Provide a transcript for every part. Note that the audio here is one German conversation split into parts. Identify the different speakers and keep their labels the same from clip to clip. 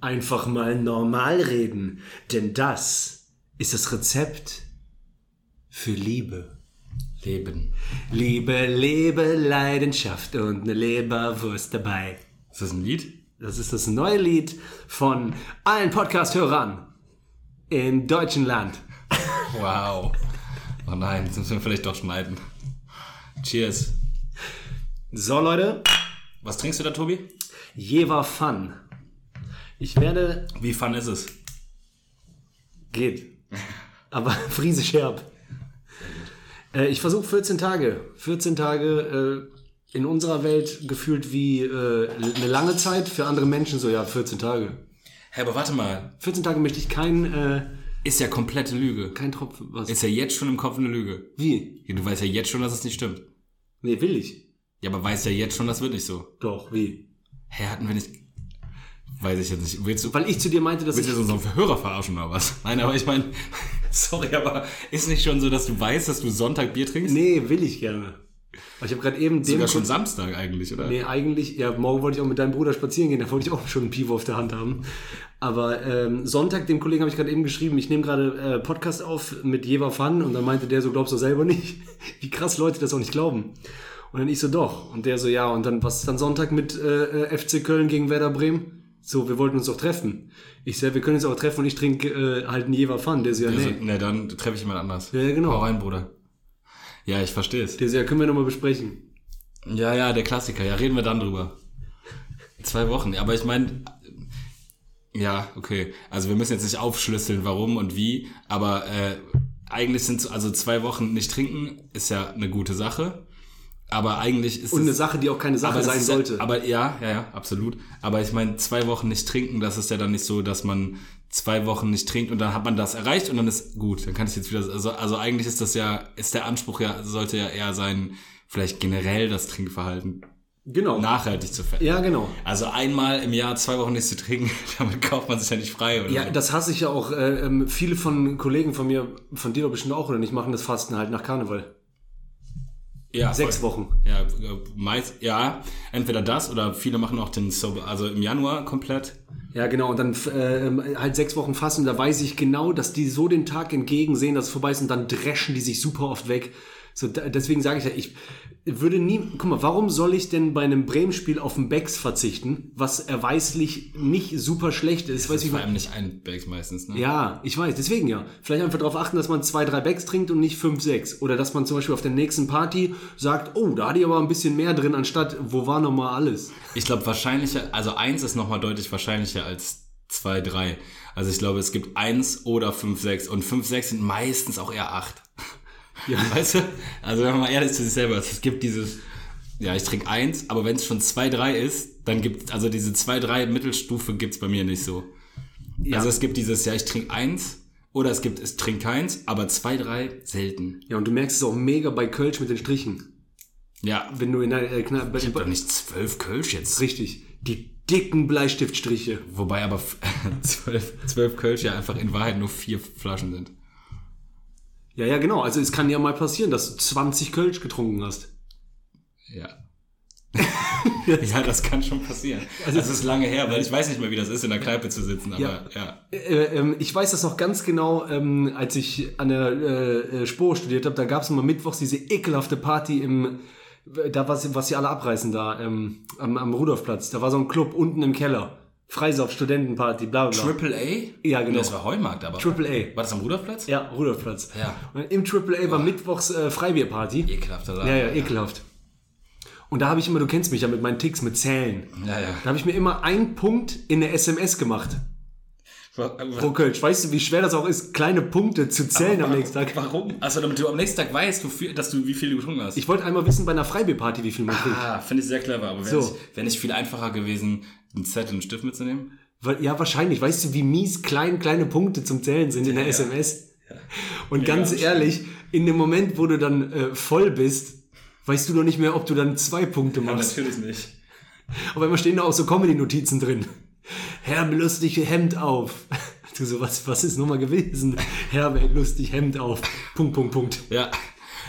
Speaker 1: Einfach mal normal reden, denn das ist das Rezept für Liebe.
Speaker 2: Leben.
Speaker 1: Liebe, Liebe, Leidenschaft und eine Leberwurst dabei.
Speaker 2: Ist das ein Lied?
Speaker 1: Das ist das neue Lied von allen Podcast-Hörern in Deutschland.
Speaker 2: Wow. Oh nein, das müssen wir vielleicht doch schneiden. Cheers.
Speaker 1: So, Leute,
Speaker 2: Was trinkst du da, Tobi?
Speaker 1: je war Fun. Ich werde.
Speaker 2: Wie fun ist es?
Speaker 1: Geht. Aber friesisch herb. Äh, ich versuche 14 Tage. 14 Tage äh, in unserer Welt gefühlt wie äh, eine lange Zeit. Für andere Menschen so, ja, 14 Tage.
Speaker 2: Hä, aber warte mal.
Speaker 1: 14 Tage möchte ich kein, äh,
Speaker 2: Ist ja komplette Lüge.
Speaker 1: kein Tropfen. Was?
Speaker 2: Ist ja jetzt schon im Kopf eine Lüge.
Speaker 1: Wie?
Speaker 2: Ja, Du weißt ja jetzt schon, dass es nicht stimmt.
Speaker 1: Nee, will ich.
Speaker 2: Ja, aber weißt ja jetzt schon, das wird nicht so.
Speaker 1: Doch, wie?
Speaker 2: Hä, hatten wir nicht... Weiß ich jetzt nicht. Willst du,
Speaker 1: Weil ich zu dir meinte, dass
Speaker 2: willst du
Speaker 1: ich.
Speaker 2: jetzt unseren Hörer verarschen oder was? Nein, aber ich meine... Sorry, aber ist nicht schon so, dass du weißt, dass du Sonntag Bier trinkst?
Speaker 1: Nee, will ich gerne. Aber ich habe gerade eben dem.
Speaker 2: Sogar schon Samstag eigentlich, oder?
Speaker 1: Nee, eigentlich, ja, morgen wollte ich auch mit deinem Bruder spazieren gehen, da wollte ich auch schon einen Pivo auf der Hand haben. Aber ähm, Sonntag, dem Kollegen habe ich gerade eben geschrieben, ich nehme gerade äh, Podcast auf mit Jeva Fan und dann meinte der so, glaubst du selber nicht? Wie krass Leute das auch nicht glauben. Und dann ich so, doch. Und der so, ja, und dann, was ist dann Sonntag mit äh, äh, FC Köln gegen Werder Bremen? So, wir wollten uns doch treffen. Ich so, ja, wir können uns auch treffen und ich trinke äh, halt einen Jeva Fan. Der so, ja,
Speaker 2: Also,
Speaker 1: nee.
Speaker 2: ne, dann treffe ich jemand anders.
Speaker 1: Ja, genau.
Speaker 2: Hau rein, Bruder. Ja, ich verstehe es.
Speaker 1: Der so, ja, können wir nochmal besprechen.
Speaker 2: Ja, ja, der Klassiker. Ja, reden wir dann drüber. Zwei Wochen. Aber ich meine, ja, okay. Also wir müssen jetzt nicht aufschlüsseln, warum und wie. Aber äh, eigentlich sind also zwei Wochen nicht trinken ist ja eine gute Sache. Aber eigentlich ist
Speaker 1: Und eine
Speaker 2: es,
Speaker 1: Sache, die auch keine Sache
Speaker 2: aber es
Speaker 1: sein
Speaker 2: ist
Speaker 1: sollte.
Speaker 2: Ja, aber ja, ja, ja, absolut. Aber ich meine, zwei Wochen nicht trinken, das ist ja dann nicht so, dass man zwei Wochen nicht trinkt und dann hat man das erreicht und dann ist gut. Dann kann ich jetzt wieder, also, also eigentlich ist das ja, ist der Anspruch ja, sollte ja eher sein, vielleicht generell das Trinkverhalten
Speaker 1: genau.
Speaker 2: nachhaltig zu verändern.
Speaker 1: Ja, genau.
Speaker 2: Also einmal im Jahr zwei Wochen nichts zu trinken, damit kauft man sich ja nicht frei. Oder
Speaker 1: Ja,
Speaker 2: so.
Speaker 1: das hasse ich ja auch. Äh, ähm, viele von Kollegen von mir, von dir doch bestimmt auch, oder nicht, machen das Fasten halt nach Karneval.
Speaker 2: ja
Speaker 1: Sechs
Speaker 2: voll.
Speaker 1: Wochen.
Speaker 2: Ja, äh, meist, ja, entweder das oder viele machen auch den Sober, also im Januar komplett.
Speaker 1: Ja, genau. Und dann f- äh, ähm, halt sechs Wochen Fasten. Da weiß ich genau, dass die so den Tag entgegensehen, dass es vorbei ist und dann dreschen die sich super oft weg. So, da, deswegen sage ich ja, ich würde nie, guck mal, warum soll ich denn bei einem Bremen-Spiel auf den Becks verzichten, was erweislich nicht super schlecht ist? Weiß ich,
Speaker 2: Vor allem nicht ein Bags meistens, ne?
Speaker 1: Ja, ich weiß, deswegen ja. Vielleicht einfach darauf achten, dass man zwei, drei Bags trinkt und nicht fünf, sechs. Oder dass man zum Beispiel auf der nächsten Party sagt, oh, da hatte ich aber ein bisschen mehr drin, anstatt, wo war nochmal alles?
Speaker 2: Ich glaube, wahrscheinlicher, also eins ist nochmal deutlich wahrscheinlicher als zwei, drei. Also ich glaube, es gibt eins oder fünf, sechs. Und fünf, sechs sind meistens auch eher acht.
Speaker 1: Ja.
Speaker 2: Weißt du? Also wenn man mal ehrlich zu sich selber ist, es gibt dieses, ja, ich trinke eins, aber wenn es schon zwei, drei ist, dann gibt also diese zwei, drei Mittelstufe gibt's bei mir nicht so.
Speaker 1: Ja.
Speaker 2: Also es gibt dieses, ja, ich trinke eins oder es gibt, es trinkt keins, aber zwei, drei selten.
Speaker 1: Ja, und du merkst es auch mega bei Kölsch mit den Strichen.
Speaker 2: Ja,
Speaker 1: Wenn du in der äh, Kneipe...
Speaker 2: ich hab doch nicht zwölf Kölsch jetzt.
Speaker 1: richtig, die dicken Bleistiftstriche.
Speaker 2: Wobei aber f- zwölf, zwölf Kölsch ja einfach in Wahrheit nur vier Flaschen sind.
Speaker 1: Ja, ja, genau. Also es kann ja mal passieren, dass du 20 Kölsch getrunken hast.
Speaker 2: Ja. ja, das kann schon passieren. Also es ist lange her, weil ich weiß nicht mehr, wie das ist, in der Kneipe zu sitzen, aber ja.
Speaker 1: Äh, ähm, ich weiß das noch ganz genau, ähm, als ich an der äh, äh, Spur studiert habe, da gab es immer mittwochs diese ekelhafte Party im, da was, was sie alle abreißen da, ähm, am, am Rudolfplatz. Da war so ein Club unten im Keller. Freisauf, Studentenparty, bla bla. bla.
Speaker 2: Triple A?
Speaker 1: Ja, genau.
Speaker 2: Das war Heumarkt, aber.
Speaker 1: Triple A.
Speaker 2: War das am Rudolfplatz?
Speaker 1: Ja, Rudolfplatz.
Speaker 2: Ja.
Speaker 1: Und im Triple A war mittwochs äh, Freibierparty.
Speaker 2: Ekelhaft, oder?
Speaker 1: Ja, ja, ekelhaft. Und da habe ich immer, du kennst mich ja mit meinen Ticks, mit Zählen.
Speaker 2: Ja, ja.
Speaker 1: Da habe ich mir immer einen Punkt in der SMS gemacht. Pro Kölsch. Weißt du, wie schwer das auch ist, kleine Punkte zu zählen am nächsten Tag?
Speaker 2: Warum? Also damit du am nächsten Tag weißt, wo viel- dass du wie viel du getrunken hast.
Speaker 1: Ich wollte einmal wissen bei einer Freibierparty, wie viel man trinkt.
Speaker 2: ah, finde ich sehr clever, aber wäre
Speaker 1: So.
Speaker 2: nicht, wär nicht viel einfacher gewesen, einen Zettel und einen Stift mitzunehmen?
Speaker 1: Weil, ja, wahrscheinlich. Weißt du, wie mies klein, kleine Punkte zum Zählen sind in der
Speaker 2: Ja.
Speaker 1: SMS? Und ganz
Speaker 2: ganz
Speaker 1: ehrlich, in dem Moment, wo du dann äh, voll bist, weißt du noch nicht mehr, ob du dann zwei Punkte machst.
Speaker 2: Natürlich nicht.
Speaker 1: Auf einmal stehen da auch so Comedy-Notizen drin. Herr, lustig, Hemd auf. Du so, was, was ist nochmal gewesen? Herr, lustig, Hemd auf. Punkt, Punkt, Punkt.
Speaker 2: Ja.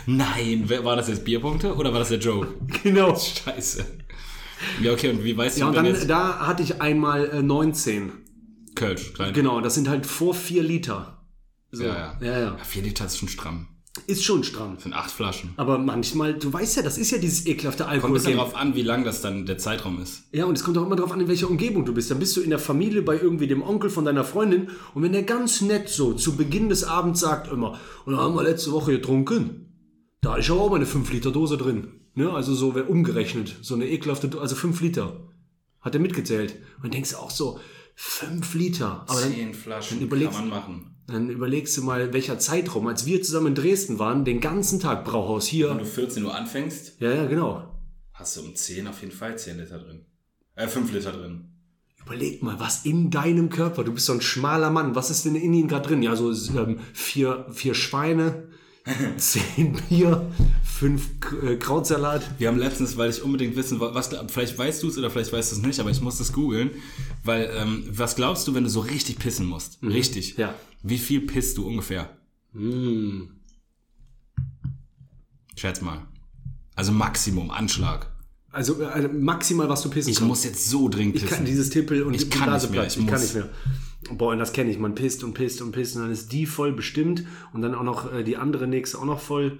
Speaker 2: Nein, wer- war das jetzt Bierpunkte oder war das der Joke?
Speaker 1: Genau.
Speaker 2: Scheiße. Ja, okay, und wie weißt
Speaker 1: Ja,
Speaker 2: du
Speaker 1: und
Speaker 2: denn
Speaker 1: dann,
Speaker 2: jetzt?
Speaker 1: da hatte ich einmal äh, 19.
Speaker 2: Kölsch, klein.
Speaker 1: Genau, das sind halt vor vier Liter. So.
Speaker 2: Ja, ja.
Speaker 1: ja, ja.
Speaker 2: Ja, vier Liter ist schon stramm.
Speaker 1: Ist schon stramm.
Speaker 2: Das sind acht Flaschen.
Speaker 1: Aber manchmal, du weißt ja, das ist ja dieses ekelhafte
Speaker 2: Kommt
Speaker 1: Alkohol.
Speaker 2: ein bisschen drauf an, wie lang das dann der Zeitraum ist.
Speaker 1: Ja, und es kommt auch immer darauf an, in welcher Umgebung du bist. Dann bist du in der Familie bei irgendwie dem Onkel von deiner Freundin und wenn der ganz nett so zu Beginn des Abends sagt immer, und da haben wir letzte Woche getrunken, da ist aber auch mal eine 5-Liter-Dose drin. Ne? Also so wär umgerechnet, so eine ekelhafte, Do- also 5 Liter. Hat er mitgezählt. Und dann denkst du auch so, 5 Liter. Aber dann,
Speaker 2: Flaschen
Speaker 1: dann überlegst-
Speaker 2: kann man machen.
Speaker 1: dann überlegst du mal, welcher Zeitraum. Als wir zusammen in Dresden waren, den ganzen Tag Brauhaus
Speaker 2: Wenn
Speaker 1: hier.
Speaker 2: du 14 Uhr anfängst,
Speaker 1: Ja, ja, genau.
Speaker 2: hast du um 10 auf jeden Fall 10 Liter drin. Äh, 5 Liter drin.
Speaker 1: Überleg mal, was in deinem Körper, du bist so ein schmaler Mann, was ist denn in ihm gerade drin? Ja, so ähm, vier, vier Schweine, zehn Bier, fünf K- äh, Krautsalat.
Speaker 2: Wir haben letztens, weil ich unbedingt wissen wollte, was, vielleicht weißt du es oder vielleicht weißt du es nicht, aber ich muss das googeln, weil, ähm, was glaubst du, wenn du so richtig pissen musst? Richtig.
Speaker 1: Mhm. Ja.
Speaker 2: Wie viel pisst du ungefähr?
Speaker 1: Mm.
Speaker 2: Schätz mal. Also Maximum, Anschlag.
Speaker 1: Also äh, maximal, was du pissen
Speaker 2: Ich
Speaker 1: kannst.
Speaker 2: muss jetzt so dringend
Speaker 1: Ich
Speaker 2: pissen.
Speaker 1: kann dieses Tippel und die
Speaker 2: kann
Speaker 1: Blase
Speaker 2: nicht mehr,
Speaker 1: platzt.
Speaker 2: ich
Speaker 1: Ich kann nicht
Speaker 2: muss.
Speaker 1: mehr. Boah, und das kenne ich. Man pisst und pisst und pisst und dann ist die voll bestimmt und dann auch noch äh, die andere nächste auch noch voll.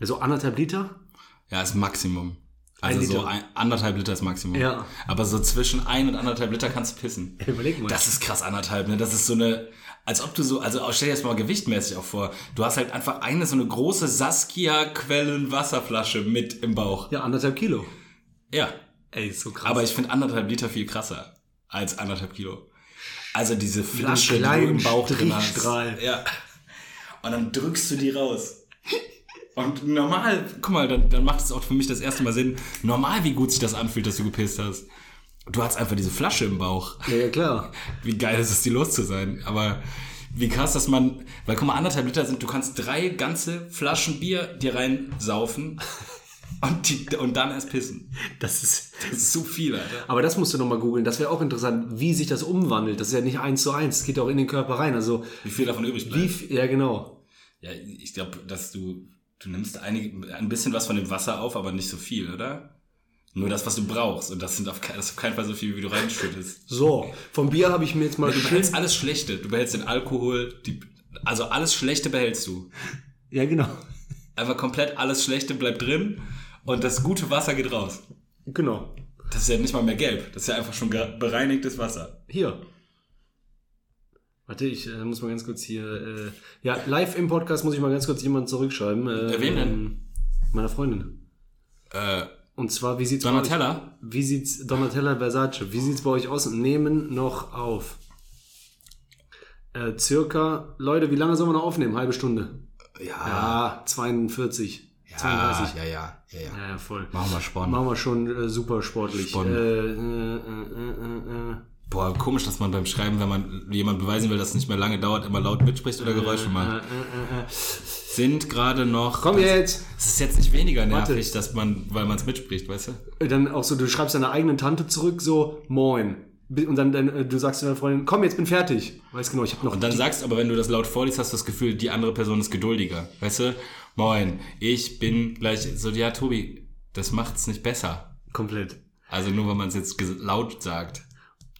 Speaker 1: So anderthalb Liter?
Speaker 2: ja, ist Maximum. Also
Speaker 1: Ein
Speaker 2: so
Speaker 1: Liter.
Speaker 2: ein, anderthalb Liter ist Maximum.
Speaker 1: Ja.
Speaker 2: Aber so zwischen ein und anderthalb Liter kannst du pissen.
Speaker 1: Überleg mal.
Speaker 2: Das ist krass, anderthalb, ne? Das ist so eine, als ob du so, also stell dir das mal gewichtmäßig auch vor. Du hast halt einfach eine so eine große Saskia-Quellen-Wasserflasche mit im Bauch.
Speaker 1: ja, anderthalb Kilo.
Speaker 2: Ja.
Speaker 1: Ey, ist so krass.
Speaker 2: Aber ich finde anderthalb Liter viel krasser als anderthalb Kilo. Also diese Flasche, die du
Speaker 1: kleinen
Speaker 2: im Bauch drin hast.
Speaker 1: Strichstrahl.
Speaker 2: Ja. Und dann drückst du die raus. Und normal, guck mal, dann, dann macht es auch für mich das erste Mal Sinn, normal, wie gut sich das anfühlt, dass du gepisst hast. Du hast einfach diese Flasche im Bauch.
Speaker 1: ja, ja, klar.
Speaker 2: Wie geil ist es, die los zu sein. Aber wie krass, dass man, weil guck mal, anderthalb Liter sind, du kannst drei ganze Flaschen Bier dir reinsaufen und, die, und dann erst pissen.
Speaker 1: Das ist,
Speaker 2: Das ist so viel, Alter.
Speaker 1: Aber das musst du nochmal googeln. Das wäre auch interessant, wie sich das umwandelt. Das ist ja nicht eins zu eins. Das geht auch in den Körper rein. Also,
Speaker 2: Wie viel davon übrig
Speaker 1: wie,
Speaker 2: bleibt.
Speaker 1: f- ja, genau.
Speaker 2: Ja, ich glaube, dass du, du nimmst einige, ein bisschen was von dem Wasser auf, aber nicht so viel, oder? Nur das, was du brauchst. Und das sind auf, ke- das ist auf keinen Fall so viel, wie du reinschüttest.
Speaker 1: So, vom Bier habe ich mir jetzt mal
Speaker 2: Du
Speaker 1: geschnitten.
Speaker 2: behältst alles Schlechte. Du behältst den Alkohol, die, also alles Schlechte behältst du.
Speaker 1: Ja, genau.
Speaker 2: Einfach komplett alles Schlechte bleibt drin und das gute Wasser geht raus.
Speaker 1: Genau.
Speaker 2: Das ist ja nicht mal mehr gelb. Das ist ja einfach schon ge- bereinigtes Wasser.
Speaker 1: Hier. Warte, ich äh, muss mal ganz kurz hier. Äh, ja, live im Podcast muss ich mal ganz kurz jemanden zurückschreiben. Äh,
Speaker 2: Ja, wen denn?
Speaker 1: ähm, Meiner Freundin.
Speaker 2: Äh,
Speaker 1: Und zwar, wie sieht's bei euch,
Speaker 2: Donatella?
Speaker 1: wie sieht's Donatella Versace? Wie sieht's bei euch aus? Nehmen noch auf. Äh, circa, Leute, wie lange sollen wir noch aufnehmen? Halbe Stunde.
Speaker 2: Ja.
Speaker 1: Ja, 42.
Speaker 2: Ja,
Speaker 1: 32.
Speaker 2: Ah, ja, ja, ja, ja.
Speaker 1: Ja, ja, voll.
Speaker 2: Machen wir Sport.
Speaker 1: Machen wir schon äh, super sportlich. Äh,
Speaker 2: Spannend.
Speaker 1: äh, äh, äh, äh.
Speaker 2: Boah, komisch, dass man beim Schreiben, wenn man jemand beweisen will, dass es nicht mehr lange dauert, immer laut mitspricht oder Geräusche macht. äh, Sind gerade noch.
Speaker 1: Komm jetzt!
Speaker 2: Es ist jetzt nicht weniger nervig,
Speaker 1: Warte.
Speaker 2: dass man, weil man es mitspricht, weißt du?
Speaker 1: Äh, Dann auch so, du schreibst deiner eigenen Tante zurück, so, moin. Und dann, dann äh, du sagst zu deiner Freundin, komm, jetzt bin fertig. Weiß genau, ich habe noch.
Speaker 2: Und dann sagst aber, wenn du das laut vorliest, hast du das Gefühl, die andere Person ist geduldiger. Weißt du? Moin, ich bin gleich. So, ja, Tobi, das macht's nicht besser.
Speaker 1: komplett.
Speaker 2: Also nur, wenn man es jetzt ges- laut sagt.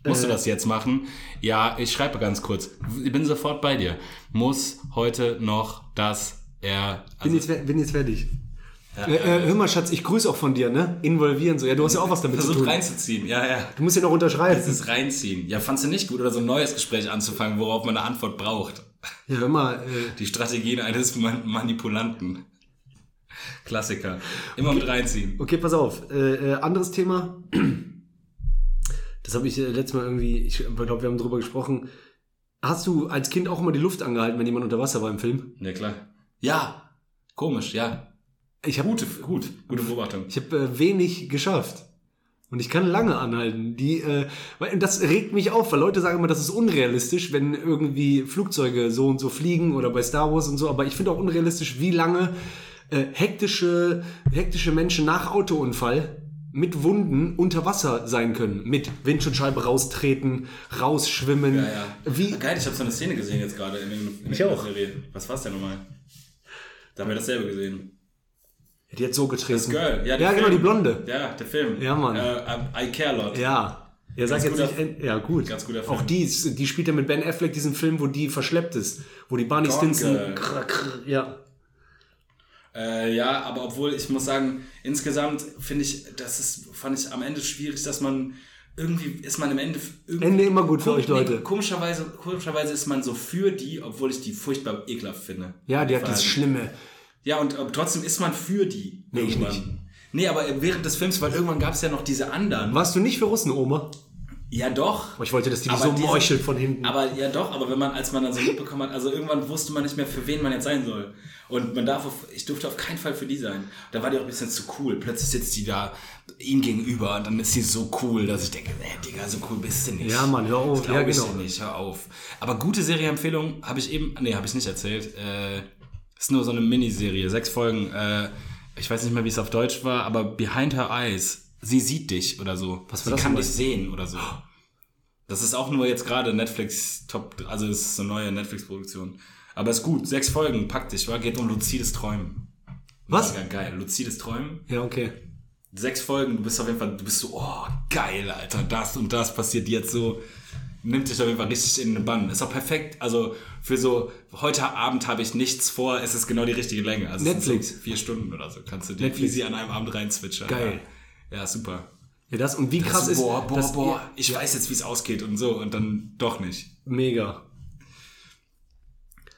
Speaker 1: Äh.
Speaker 2: Musst du das jetzt machen? Ja, ich schreibe ganz kurz. Ich bin sofort bei dir. Muss heute noch das er.
Speaker 1: Bin,
Speaker 2: Also,
Speaker 1: jetzt, fer- bin jetzt fertig. äh, äh, hör mal, Schatz, ich grüße auch von dir, ne? Involvieren so. Ja, du hast ja auch was damit zu
Speaker 2: versucht
Speaker 1: tun.
Speaker 2: reinzuziehen. Ja, ja.
Speaker 1: Du musst ja noch unterschreiben.
Speaker 2: Das reinziehen. Ja, fandst du nicht gut, oder so ein neues Gespräch anzufangen, worauf man eine Antwort braucht?
Speaker 1: Ja, hör mal. Äh,
Speaker 2: Die Strategien eines Man Manipulanten. Klassiker. Immer mit reinziehen.
Speaker 1: Okay, pass auf. Äh, äh, anderes Thema. Das habe ich äh, letztes Mal irgendwie, ich glaube, wir haben drüber gesprochen. Hast du als Kind auch immer die Luft angehalten, wenn jemand unter Wasser war im Film?
Speaker 2: Ja, klar. Ja. Komisch, ja.
Speaker 1: Ich habe
Speaker 2: Gute, gut. Gute Beobachtung.
Speaker 1: ich hab, äh, wenig geschafft. Und ich kann lange anhalten. Die, äh, weil, und das regt mich auf, weil Leute sagen immer, das ist unrealistisch, wenn irgendwie Flugzeuge so und so fliegen oder bei Star Wars und so. Aber ich finde auch unrealistisch, wie lange äh, hektische, hektische Menschen nach Autounfall mit Wunden unter Wasser sein können. Mit Windschutzscheibe raustreten, rausschwimmen.
Speaker 2: Ja, ja.
Speaker 1: Wie,
Speaker 2: Ah, Geil, ich habe so eine Szene gesehen jetzt gerade in, in, in
Speaker 1: Ich auch.
Speaker 2: Serie. Was war's denn nochmal? Da haben wir dasselbe gesehen.
Speaker 1: die hat so getreten.
Speaker 2: Girl. Ja, der
Speaker 1: ja, genau,
Speaker 2: Film.
Speaker 1: die Blonde.
Speaker 2: Ja, der Film.
Speaker 1: Ja, Mann.
Speaker 2: Äh, I I Care a Lot.
Speaker 1: Ja. Ja, sag
Speaker 2: Ganz
Speaker 1: jetzt nicht,
Speaker 2: guter-
Speaker 1: en- ja gut.
Speaker 2: ganz guter Film.
Speaker 1: Auch die, ist- die spielt ja mit Ben Affleck diesen Film, wo die verschleppt ist, wo die Barney
Speaker 2: Gone
Speaker 1: Stinson,
Speaker 2: Girl.
Speaker 1: krr, krr, ja,
Speaker 2: Äh, ja, aber obwohl ich muss sagen, insgesamt finde ich, das ist, fand ich am Ende schwierig, dass man irgendwie ist man am Ende irgendwie,
Speaker 1: Ende immer gut für euch, Leute.
Speaker 2: Komischerweise, komischerweise ist man so für die, obwohl ich die furchtbar ekelhaft finde.
Speaker 1: ja, die hat das
Speaker 2: Verhalten.
Speaker 1: Schlimme.
Speaker 2: Ja, und äh, trotzdem ist man für die.
Speaker 1: Nee, ich
Speaker 2: irgendwann.
Speaker 1: nicht.
Speaker 2: Nee, aber während des Films, weil irgendwann gab es ja noch diese anderen.
Speaker 1: Warst du nicht für Russen, Oma?
Speaker 2: Ja, doch.
Speaker 1: Aber ich wollte, dass die dich
Speaker 2: Aber
Speaker 1: so
Speaker 2: diese-
Speaker 1: meuchelt von hinten.
Speaker 2: Aber ja doch, aber wenn man, als man dann so mitbekommen hat, also irgendwann wusste man nicht mehr, für wen man jetzt sein soll. Und man darf auf, ich durfte auf keinen Fall für die sein. Da war die auch ein bisschen zu cool. Plötzlich sitzt die da ihm gegenüber und dann ist sie so cool, dass ich denke, nee, Digga, so cool bist du nicht.
Speaker 1: Ja, Mann, hör auf.
Speaker 2: Das glaub
Speaker 1: Ja,
Speaker 2: ich
Speaker 1: genau.
Speaker 2: dir nicht, hör auf. Aber gute Serieempfehlung habe ich eben, nee, habe ich nicht erzählt. Äh, ist nur so eine Miniserie, sechs Folgen. Äh, ich weiß nicht mehr, wie es auf Deutsch war, aber Behind Her Eyes. Sie sieht dich oder so. Was
Speaker 1: war das
Speaker 2: Sie kann
Speaker 1: denn?
Speaker 2: dich sehen oder so. Das ist auch nur jetzt gerade Netflix Top, also es ist eine neue Netflix-Produktion. Aber ist gut, sechs Folgen, pack dich, war. Geht um luzides Träumen.
Speaker 1: Was?
Speaker 2: Ja, geil. Luzides Träumen.
Speaker 1: Ja, okay.
Speaker 2: Sechs Folgen, du bist auf jeden Fall, du bist so, oh, geil, Alter, das und das passiert jetzt so. Nimmt dich auf jeden Fall richtig in den Bann. Ist auch perfekt. Also für so, heute Abend habe ich nichts vor, es ist genau die richtige Länge. Also es sind
Speaker 1: Netflix.
Speaker 2: So vier Stunden oder so. Kannst du dir
Speaker 1: Netflix.
Speaker 2: easy an einem Abend reinzwitschern.
Speaker 1: Geil.
Speaker 2: Ja, ja super.
Speaker 1: Ja, das und wie krass
Speaker 2: Das-
Speaker 1: ist
Speaker 2: boah, boah,
Speaker 1: das,
Speaker 2: boah,
Speaker 1: Ja,
Speaker 2: ich weiß jetzt, wie es ausgeht und so und dann doch nicht.
Speaker 1: mega.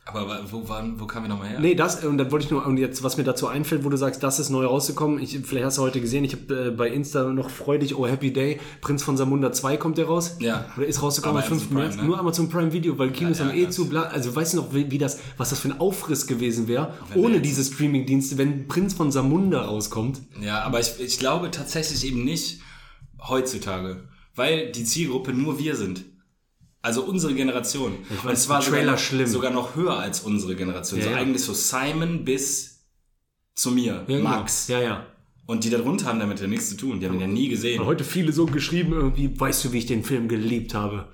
Speaker 2: Aber wa- wo, waren, wo kamen wir nochmal her?
Speaker 1: Nee, das und dann wollte ich nur und jetzt was mir dazu einfällt, wo du sagst, das ist neu rausgekommen. Ich, vielleicht hast du heute gesehen, ich habe äh, bei Insta noch freudig Oh Happy Day, Prinz von Samunda 2 kommt der raus.
Speaker 2: Ja.
Speaker 1: Oder ist rausgekommen
Speaker 2: Aber
Speaker 1: am 5.
Speaker 2: Amazon Prime,
Speaker 1: März.
Speaker 2: ne?
Speaker 1: Nur Amazon Prime Video, weil Kinos
Speaker 2: Ja,
Speaker 1: haben
Speaker 2: ja,
Speaker 1: eh
Speaker 2: ja.
Speaker 1: zu bla. Also weißt du noch, wie, wie das, was das für ein Aufriss gewesen wäre, ohne diese Streaming-Dienste, wenn Prinz von Samunda rauskommt.
Speaker 2: Ja, aber ich, ich glaube tatsächlich eben nicht heutzutage, weil die Zielgruppe nur wir sind. Also unsere Generation.
Speaker 1: Ich weiß,
Speaker 2: Und es war
Speaker 1: Trailer
Speaker 2: sogar,
Speaker 1: schlimm.
Speaker 2: sogar noch höher als unsere Generation.
Speaker 1: Ja,
Speaker 2: so
Speaker 1: ja.
Speaker 2: eigentlich so Simon bis zu mir,
Speaker 1: Ja, genau.
Speaker 2: Max.
Speaker 1: Ja, ja.
Speaker 2: Und die darunter haben damit ja nichts zu tun. Die haben ihn ja nie gesehen.
Speaker 1: Und heute viele so geschrieben irgendwie, weißt du, wie ich den Film geliebt habe.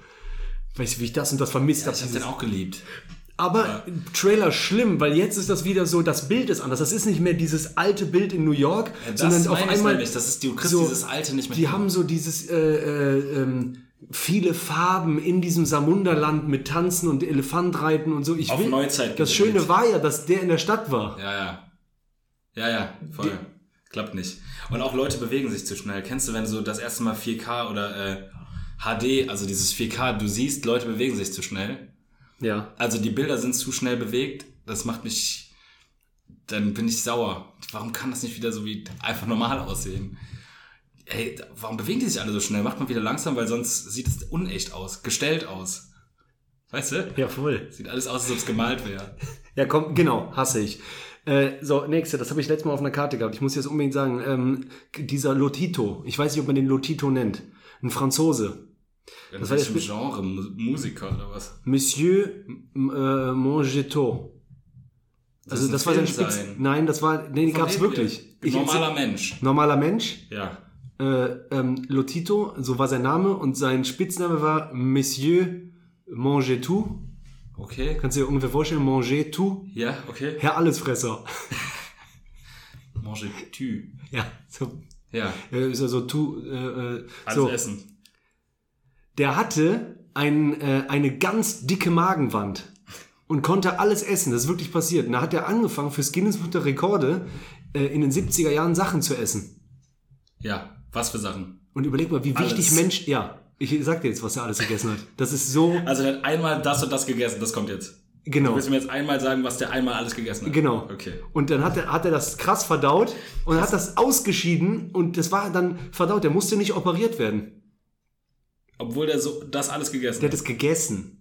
Speaker 1: Weißt du, wie ich das und das vermisst
Speaker 2: Ich
Speaker 1: habe.
Speaker 2: habe den auch geliebt.
Speaker 1: Aber Trailer schlimm, weil jetzt ist das wieder so, das Bild ist anders. Das ist nicht mehr dieses alte Bild in New York,
Speaker 2: Das
Speaker 1: sondern auf
Speaker 2: meine ich
Speaker 1: einmal.
Speaker 2: nämlich. Das ist, du kriegst
Speaker 1: so-
Speaker 2: dieses Alte nicht mehr.
Speaker 1: Die haben so dieses äh, äh, ähm, viele Farben in diesem Samunderland mit Tanzen und Elefantreiten und so. Ich
Speaker 2: Auf
Speaker 1: will,
Speaker 2: Neuzeit
Speaker 1: das
Speaker 2: gedreht.
Speaker 1: Schöne war ja, dass der in der Stadt war.
Speaker 2: Ja, ja. Ja, ja, voll. Klappt nicht. Und auch Leute bewegen sich zu schnell. Kennst du, wenn so das erste Mal 4K oder äh, HD, also dieses 4K, du siehst, Leute bewegen sich zu schnell.
Speaker 1: Ja.
Speaker 2: Also die Bilder sind zu schnell bewegt. Das macht mich. Dann bin ich sauer. Warum kann das nicht wieder so wie einfach normal aussehen? Ey, warum bewegen die sich alle so schnell? Macht man wieder langsam, weil sonst sieht es unecht aus, gestellt aus. Weißt du?
Speaker 1: Ja, voll.
Speaker 2: Sieht alles aus, als ob es gemalt wäre.
Speaker 1: Ja, komm, genau, hasse ich. Äh, so, nächste, das habe ich letztes Mal auf einer Karte gehabt. Ich muss jetzt unbedingt sagen, ähm, dieser Lotito, ich weiß nicht, ob man den Lotito nennt. Ein Franzose.
Speaker 2: In
Speaker 1: Das war jetzt
Speaker 2: welchem Genre? Mu- Musiker oder was?
Speaker 1: Monsieur m- äh, Mongeto.
Speaker 2: ist
Speaker 1: Also
Speaker 2: ein
Speaker 1: das war sein
Speaker 2: Film
Speaker 1: Spitz.
Speaker 2: sein.
Speaker 1: Nein, das war. Nee, die gab's wirklich. Ich-
Speaker 2: Normaler Mensch.
Speaker 1: normaler Mensch.
Speaker 2: Ja.
Speaker 1: Äh, ähm, Lotito, so war sein Name und sein Spitzname war Monsieur Mongetou.
Speaker 2: Okay.
Speaker 1: Kannst du dir ungefähr vorstellen, Mongetou?
Speaker 2: Ja, okay.
Speaker 1: Herr Allesfresser.
Speaker 2: Manger tu.
Speaker 1: ja, so.
Speaker 2: Ja.
Speaker 1: Äh, ist also tu, äh, äh,
Speaker 2: Alles
Speaker 1: so.
Speaker 2: essen.
Speaker 1: der hatte ein, äh, eine ganz dicke Magenwand und konnte alles essen. Das ist wirklich passiert. Und da hat er angefangen, fürs Guinness Buch der Rekorde äh, in den 70er Jahren Sachen zu essen.
Speaker 2: Ja. Was für Sachen.
Speaker 1: Und überleg mal, wie
Speaker 2: Alles.
Speaker 1: wichtig Mensch... Ja, ich sag dir jetzt, was er alles gegessen hat. Das ist so...
Speaker 2: Also der hat einmal das und das gegessen. Das kommt jetzt.
Speaker 1: Genau.
Speaker 2: Willst du mir jetzt einmal sagen, was der einmal alles gegessen hat?
Speaker 1: Genau.
Speaker 2: Okay.
Speaker 1: Und dann hat er, hat er das krass verdaut und hat das ausgeschieden und das war dann verdaut. Der musste nicht operiert werden.
Speaker 2: Obwohl der so das alles gegessen
Speaker 1: Der
Speaker 2: hat.
Speaker 1: hat es gegessen.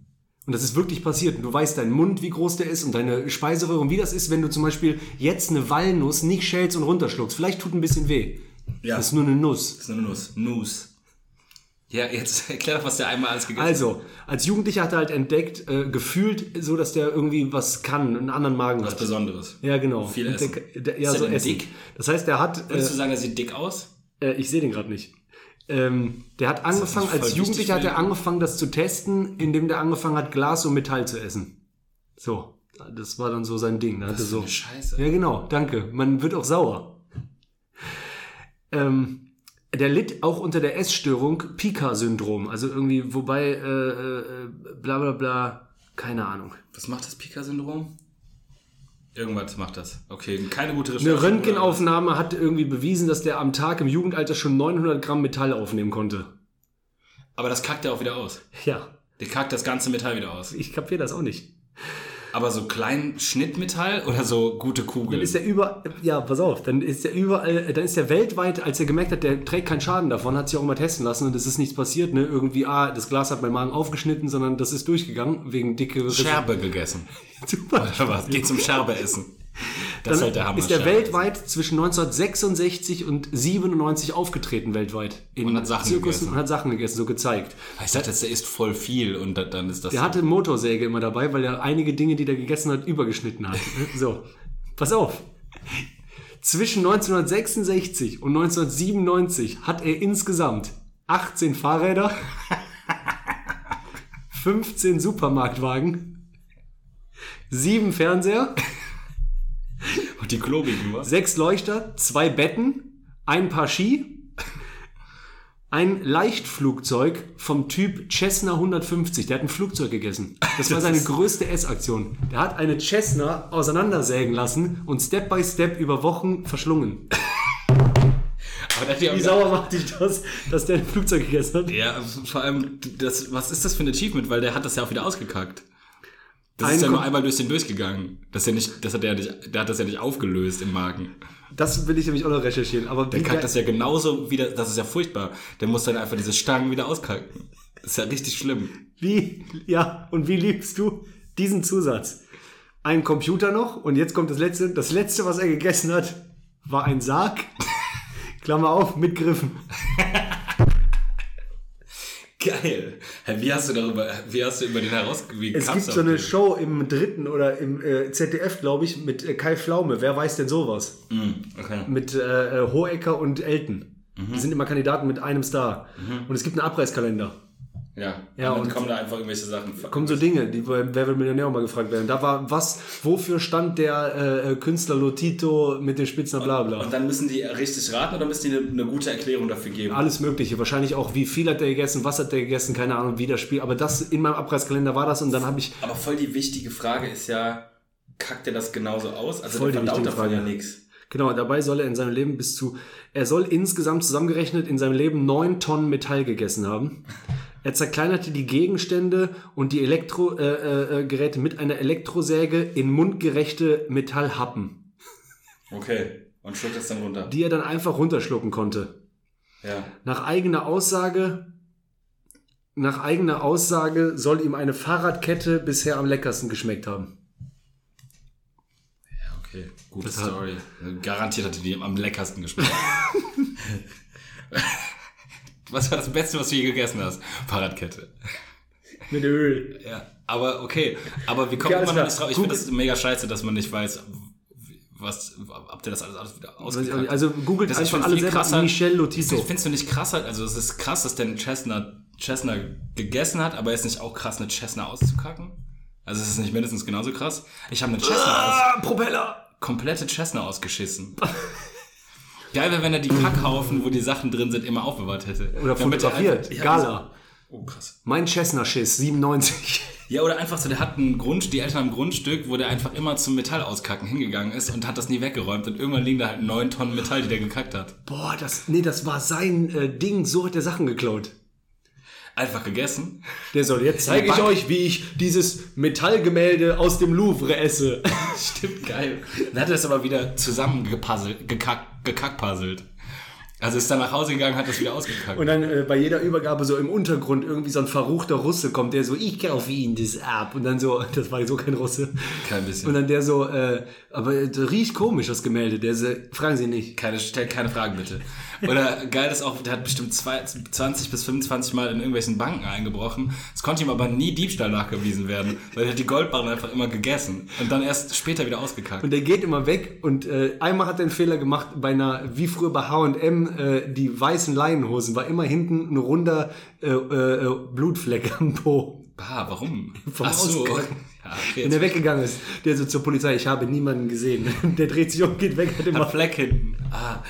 Speaker 1: Und das ist wirklich passiert. Und du weißt deinen Mund, wie groß der ist und deine Speiseröhre und wie das ist, wenn du zum Beispiel jetzt eine Walnuss nicht schälst und runterschluckst. Vielleicht tut ein bisschen weh.
Speaker 2: Ja.
Speaker 1: Das ist nur eine Nuss.
Speaker 2: Das ist eine Nuss. Nuss. Ja, jetzt erklär doch, was der einmal alles gegessen hat.
Speaker 1: Also, als Jugendlicher hat er halt entdeckt, äh, gefühlt so, dass der irgendwie was kann, einen anderen Magen
Speaker 2: Was
Speaker 1: hat.
Speaker 2: Besonderes.
Speaker 1: Ja, genau.
Speaker 2: Viel
Speaker 1: Und der,
Speaker 2: Essen.
Speaker 1: Der, ja,
Speaker 2: Ist er
Speaker 1: so
Speaker 2: denn
Speaker 1: Essen.
Speaker 2: dick?
Speaker 1: Das heißt, er hat... äh,
Speaker 2: Würdest du sagen, er sieht dick aus?
Speaker 1: Äh, ich sehe den gerade nicht. Ähm, der hat angefangen,
Speaker 2: voll
Speaker 1: als
Speaker 2: wichtig
Speaker 1: Jugendlicher hat
Speaker 2: für
Speaker 1: er angefangen, das zu testen, indem der angefangen hat, Glas und Metall zu essen. So, das war dann so sein Ding. Da hatte so.
Speaker 2: Scheiße.
Speaker 1: Ja, genau, danke. Man wird auch sauer. Ähm, der litt auch unter der Essstörung Pika-Syndrom. Also irgendwie, wobei, äh, äh, bla bla bla, keine Ahnung.
Speaker 2: Was macht das Pika-Syndrom? Irgendwas macht das. Okay, keine gute Recherche.
Speaker 1: Eine
Speaker 2: oder?
Speaker 1: Röntgenaufnahme hat irgendwie bewiesen, dass der am Tag im Jugendalter schon 900 Gramm Metall aufnehmen konnte.
Speaker 2: Aber das kackt ja auch wieder aus.
Speaker 1: Ja,
Speaker 2: Der kackt das ganze Metall wieder aus.
Speaker 1: ich kapiere das auch nicht.
Speaker 2: Aber so klein Schnittmetall oder so gute Kugeln?
Speaker 1: Dann ist er über, ja, pass auf, dann ist er überall, äh, dann ist er weltweit, als er gemerkt hat, der trägt keinen Schaden davon, hat sich auch mal testen lassen und es ist nichts passiert, ne? Irgendwie, ah, das Glas hat mein Magen aufgeschnitten, sondern das ist durchgegangen wegen dicke Risse.
Speaker 2: Scherbe gegessen.
Speaker 1: Super.
Speaker 2: Oder was? Geht zum Scherbe essen. Das ist
Speaker 1: Dann
Speaker 2: halt der Hammer.
Speaker 1: ist er
Speaker 2: Scherbe essen.
Speaker 1: weltweit zwischen 1966 und 97 aufgetreten weltweit in
Speaker 2: Und hat Sachen
Speaker 1: Zirkus
Speaker 2: gegessen.
Speaker 1: und hat Sachen gegessen, so gezeigt.
Speaker 2: Ich dachte, der isst voll viel und da- dann ist das.
Speaker 1: Der hatte Motorsäge immer dabei, weil er einige Dinge, die er gegessen hat, übergeschnitten hat. So, pass auf. Zwischen 1966 und 1997 hat er insgesamt 18 Fahrräder, 15 Supermarktwagen, 7 Fernseher,
Speaker 2: Und die klobigen, was?
Speaker 1: 6 Leuchter, 2 Betten, ein Paar Ski, ein Leichtflugzeug vom Typ Cessna 150. Der hat ein Flugzeug gegessen. Das war
Speaker 2: Das
Speaker 1: seine
Speaker 2: ist-
Speaker 1: größte Essaktion. Der hat eine Cessna auseinandersägen lassen und Step by Step über Wochen verschlungen.
Speaker 2: Aber dann die
Speaker 1: Wie
Speaker 2: haben-
Speaker 1: sauer macht dich das, dass der ein Flugzeug gegessen hat?
Speaker 2: ja, vor allem, das, was ist das für ein Achievement? Weil der hat das ja auch wieder ausgekackt. Das
Speaker 1: Ein
Speaker 2: ist ja
Speaker 1: Kom-
Speaker 2: nur einmal durch den durchgegangen. Das ist ja nicht, das hat er ja nicht, der hat das ja nicht aufgelöst im Magen.
Speaker 1: Das will ich nämlich auch noch recherchieren. Aber
Speaker 2: Der
Speaker 1: wie
Speaker 2: kackt das ja genauso wieder, das ist ja furchtbar. Der muss dann einfach diese Stangen wieder auskacken. Das ist ja richtig schlimm.
Speaker 1: Wie, ja, und wie liebst du diesen Zusatz? Ein Computer noch und jetzt kommt das letzte. Das letzte, was er gegessen hat, war ein Sarg. Klammer auf, mit Griffen.
Speaker 2: Geil. Hä, Wie hast du darüber, wie hast du über den herausgewiesen?
Speaker 1: Es gibt so eine Show im dritten oder im äh, ZDF, glaube ich, mit äh, Kai Flaume. Wer weiß denn sowas?
Speaker 2: Okay.
Speaker 1: Mit äh, äh, Hohecker und Elton. Die sind immer Kandidaten mit einem Star. Und es gibt einen Abreißkalender.
Speaker 2: Ja.
Speaker 1: Ja,
Speaker 2: und dann
Speaker 1: und-
Speaker 2: kommen da einfach irgendwelche Sachen.
Speaker 1: kommen so Dinge, die bei Wer wird Millionär auch mal gefragt werden. Da war, was, wofür stand der äh, Künstler Lotito mit dem Spitznamen bla bla?
Speaker 2: Und dann müssen die richtig raten oder müssen die eine, eine gute Erklärung dafür geben?
Speaker 1: Alles Mögliche. Wahrscheinlich auch, wie viel hat der gegessen, was hat der gegessen, keine Ahnung, wie das Spiel. Aber das in meinem Abreißkalender war das und dann habe ich.
Speaker 2: Aber voll die wichtige Frage ist ja, kackt der das genauso aus? Also
Speaker 1: Voll
Speaker 2: der
Speaker 1: die
Speaker 2: verdaut
Speaker 1: wichtige
Speaker 2: davon ja
Speaker 1: Frage.
Speaker 2: nichts.
Speaker 1: Genau, dabei soll er in seinem Leben bis zu. Er soll insgesamt zusammengerechnet in seinem Leben neun Tonnen Metall gegessen haben. Er zerkleinerte die Gegenstände und die Elektrogeräte äh, äh, Geräte mit einer Elektrosäge in mundgerechte Metallhappen,
Speaker 2: Okay. Und schluckt das dann runter.
Speaker 1: die er dann einfach runterschlucken konnte.
Speaker 2: Ja.
Speaker 1: Nach eigener Aussage, nach eigener Aussage soll ihm eine Fahrradkette bisher am leckersten geschmeckt haben.
Speaker 2: Ja, okay. Gute
Speaker 1: Das hat-
Speaker 2: Story. Garantiert hat er die am leckersten geschmeckt. was war das Beste, was du je gegessen hast? Fahrradkette.
Speaker 1: Mit Öl.
Speaker 2: Ja. Aber okay. Aber wie kommt
Speaker 1: Okay, alles
Speaker 2: man
Speaker 1: klar.
Speaker 2: da nicht drauf? Ich
Speaker 1: Gut.
Speaker 2: finde das mega scheiße, dass man nicht weiß, was, ob der das alles, alles wieder ausgekackt hat.
Speaker 1: Also googelt
Speaker 2: Das ist
Speaker 1: einfach
Speaker 2: schon
Speaker 1: alle
Speaker 2: viel
Speaker 1: selber
Speaker 2: krasser.
Speaker 1: Michel
Speaker 2: So.
Speaker 1: Lotito.
Speaker 2: Findest du nicht krasser, also es ist krass, dass der einen Chestnut, Chestnut gegessen hat, aber ist nicht auch krass, eine Chestnut auszukacken? Also es ist nicht mindestens genauso krass. Ich habe eine Chestnut,
Speaker 1: Ah!
Speaker 2: aus,
Speaker 1: Propeller!
Speaker 2: komplette Chestnut ausgeschissen. Geil wäre, wenn er die Kackhaufen, wo die Sachen drin sind, immer aufbewahrt hätte.
Speaker 1: Oder
Speaker 2: Damit er
Speaker 1: fotografiert.
Speaker 2: einfach- ja,
Speaker 1: Gala.
Speaker 2: Oh, krass.
Speaker 1: Mein Chesner-Schiss, 97.
Speaker 2: Ja, oder einfach so, der hat einen Grund, die Eltern haben ein Grundstück, wo der einfach immer zum Metall auskacken hingegangen ist und hat das nie weggeräumt und irgendwann liegen da halt neun Tonnen Metall, die der gekackt hat.
Speaker 1: Boah, das, nee, das war sein äh, Ding. So hat er Sachen geklaut.
Speaker 2: Einfach gegessen.
Speaker 1: Der soll jetzt zeige ich
Speaker 2: Back-
Speaker 1: euch, wie ich dieses Metallgemälde aus dem Louvre esse.
Speaker 2: Stimmt, geil. Dann hat er es aber wieder zusammengepuzzelt, gekackt, gekackpuzzelt. Also ist dann nach Hause gegangen, hat das wieder ausgekackt.
Speaker 1: Und dann äh, bei jeder Übergabe so im Untergrund irgendwie so ein verruchter Russe kommt, der so, ich kaufe Ihnen das ab. Und dann so, das war so kein Russe.
Speaker 2: Kein bisschen.
Speaker 1: Und dann der so, äh, aber äh, das riecht komisch, das Gemälde. Der so, fragen Sie nicht.
Speaker 2: keine, stell keine Fragen bitte. Oder geil ist auch, der hat bestimmt zwei, 20 bis 25 Mal in irgendwelchen Banken eingebrochen. Es konnte ihm aber nie Diebstahl nachgewiesen werden, weil er hat die Goldbarren einfach immer gegessen und dann erst später wieder ausgekackt.
Speaker 1: Und der geht immer weg und äh, einmal hat er einen Fehler gemacht bei einer, wie früher bei H&M, äh, die weißen Leinenhosen, war immer hinten ein runder äh, äh, äh, Blutfleck am Po,
Speaker 2: Bah, Ah, warum?
Speaker 1: Vom
Speaker 2: Ach so.
Speaker 1: Ausgang.
Speaker 2: Ja, okay,
Speaker 1: wenn
Speaker 2: jetzt
Speaker 1: er weggegangen ist. Der so zur Polizei, ich habe niemanden gesehen. Der dreht sich um, geht weg, hat immer
Speaker 2: Fleck hinten. Ah.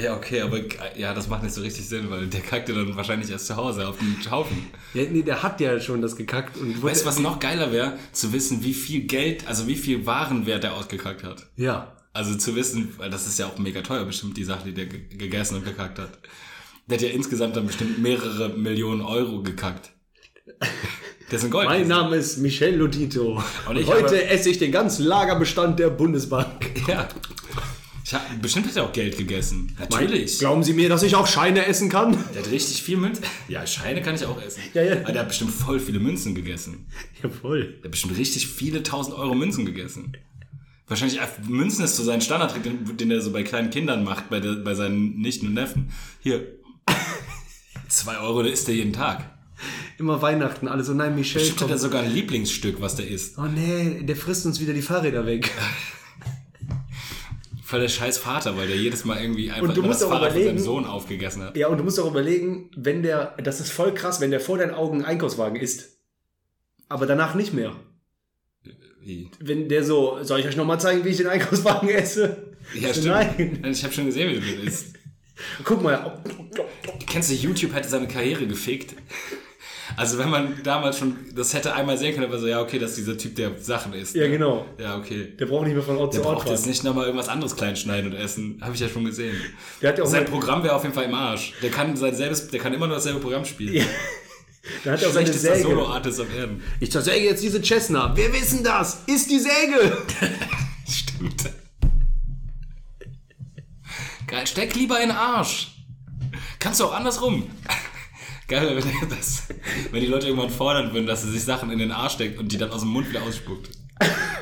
Speaker 2: Ja, okay, aber ja, das macht nicht so richtig Sinn, weil der kackt ja dann wahrscheinlich erst zu Hause auf den Haufen.
Speaker 1: Ja, nee, der hat ja schon das gekackt. Und
Speaker 2: Weißt du, was noch geiler wäre? Zu wissen, wie viel Geld, also wie viel Warenwert er ausgekackt hat.
Speaker 1: Ja.
Speaker 2: Also zu wissen, weil das ist ja auch mega teuer bestimmt, die Sache, die der ge- gegessen und gekackt hat. Der hat ja insgesamt dann bestimmt mehrere Millionen Euro gekackt. Das sind Gold.
Speaker 1: Mein Name ist Michel Lodito. Und
Speaker 2: Und ich
Speaker 1: heute
Speaker 2: habe-
Speaker 1: esse ich den ganzen Lagerbestand der Bundesbank.
Speaker 2: Ja. Ich hab, bestimmt hat er auch Geld gegessen. Natürlich.
Speaker 1: Glauben Sie mir, dass ich auch Scheine essen kann?
Speaker 2: Der hat richtig viel Münzen. Ja, Scheine kann ich auch essen.
Speaker 1: Ja, ja.
Speaker 2: Aber der hat bestimmt voll viele Münzen gegessen.
Speaker 1: Jawohl.
Speaker 2: Der hat bestimmt richtig viele tausend Euro Münzen gegessen. Wahrscheinlich, äh, Münzen ist so sein Standardtrick, den, den er so bei kleinen Kindern macht, bei, der, bei seinen Nichten und Neffen. Hier, zwei Euro, da isst er jeden Tag.
Speaker 1: Immer Weihnachten, alles. Und nein, Michel,
Speaker 2: Bestimmt hat
Speaker 1: komm.
Speaker 2: er sogar ein Lieblingsstück, was der isst.
Speaker 1: Oh nee, der frisst uns wieder die Fahrräder weg.
Speaker 2: Voll der scheiß Vater, weil der jedes Mal irgendwie einfach
Speaker 1: Und du
Speaker 2: immer
Speaker 1: musst
Speaker 2: das
Speaker 1: auch
Speaker 2: Fahrrad von seinem
Speaker 1: überlegen-
Speaker 2: Sohn aufgegessen hat.
Speaker 1: Ja, und du musst auch überlegen, wenn der, das ist voll krass, wenn der vor deinen Augen einen Einkaufswagen isst. Aber danach nicht mehr.
Speaker 2: Wie?
Speaker 1: Wenn der so, soll ich euch nochmal zeigen, wie ich den Einkaufswagen esse?
Speaker 2: Ja, stimmt.
Speaker 1: Nein.
Speaker 2: Ich habe schon gesehen, wie du das isst.
Speaker 1: Guck mal.
Speaker 2: Kennst du, YouTube hätte seine Karriere gefickt. Also wenn man damals schon das hätte einmal sehen können, aber so, ja, okay, das ist dieser Typ, der Sachen isst.
Speaker 1: Ja,
Speaker 2: ne?
Speaker 1: genau.
Speaker 2: Ja, okay.
Speaker 1: Der braucht nicht mehr von Ort
Speaker 2: Der
Speaker 1: zu Ort
Speaker 2: braucht jetzt
Speaker 1: fahren.
Speaker 2: nicht nochmal irgendwas anderes kleinschneiden und essen. Habe ich ja schon gesehen.
Speaker 1: Der hat ja auch
Speaker 2: Sein
Speaker 1: mal-
Speaker 2: Programm wäre auf jeden Fall im Arsch. Der kann sein selbes, der kann immer nur dasselbe Programm spielen. Ja,
Speaker 1: Der hat ja auch seine
Speaker 2: Schlechtester
Speaker 1: Säge.
Speaker 2: Solo-Artist auf Erden.
Speaker 1: Ich zersäge jetzt diese Cessna. Wir wissen das. Ist die Säge.
Speaker 2: Stimmt. Geil, steck lieber in den Arsch. Kannst du auch andersrum. Geil, wenn, er das, wenn die Leute irgendwann fordern würden, dass er sich Sachen in den Arsch steckt und die dann aus dem Mund wieder ausspuckt.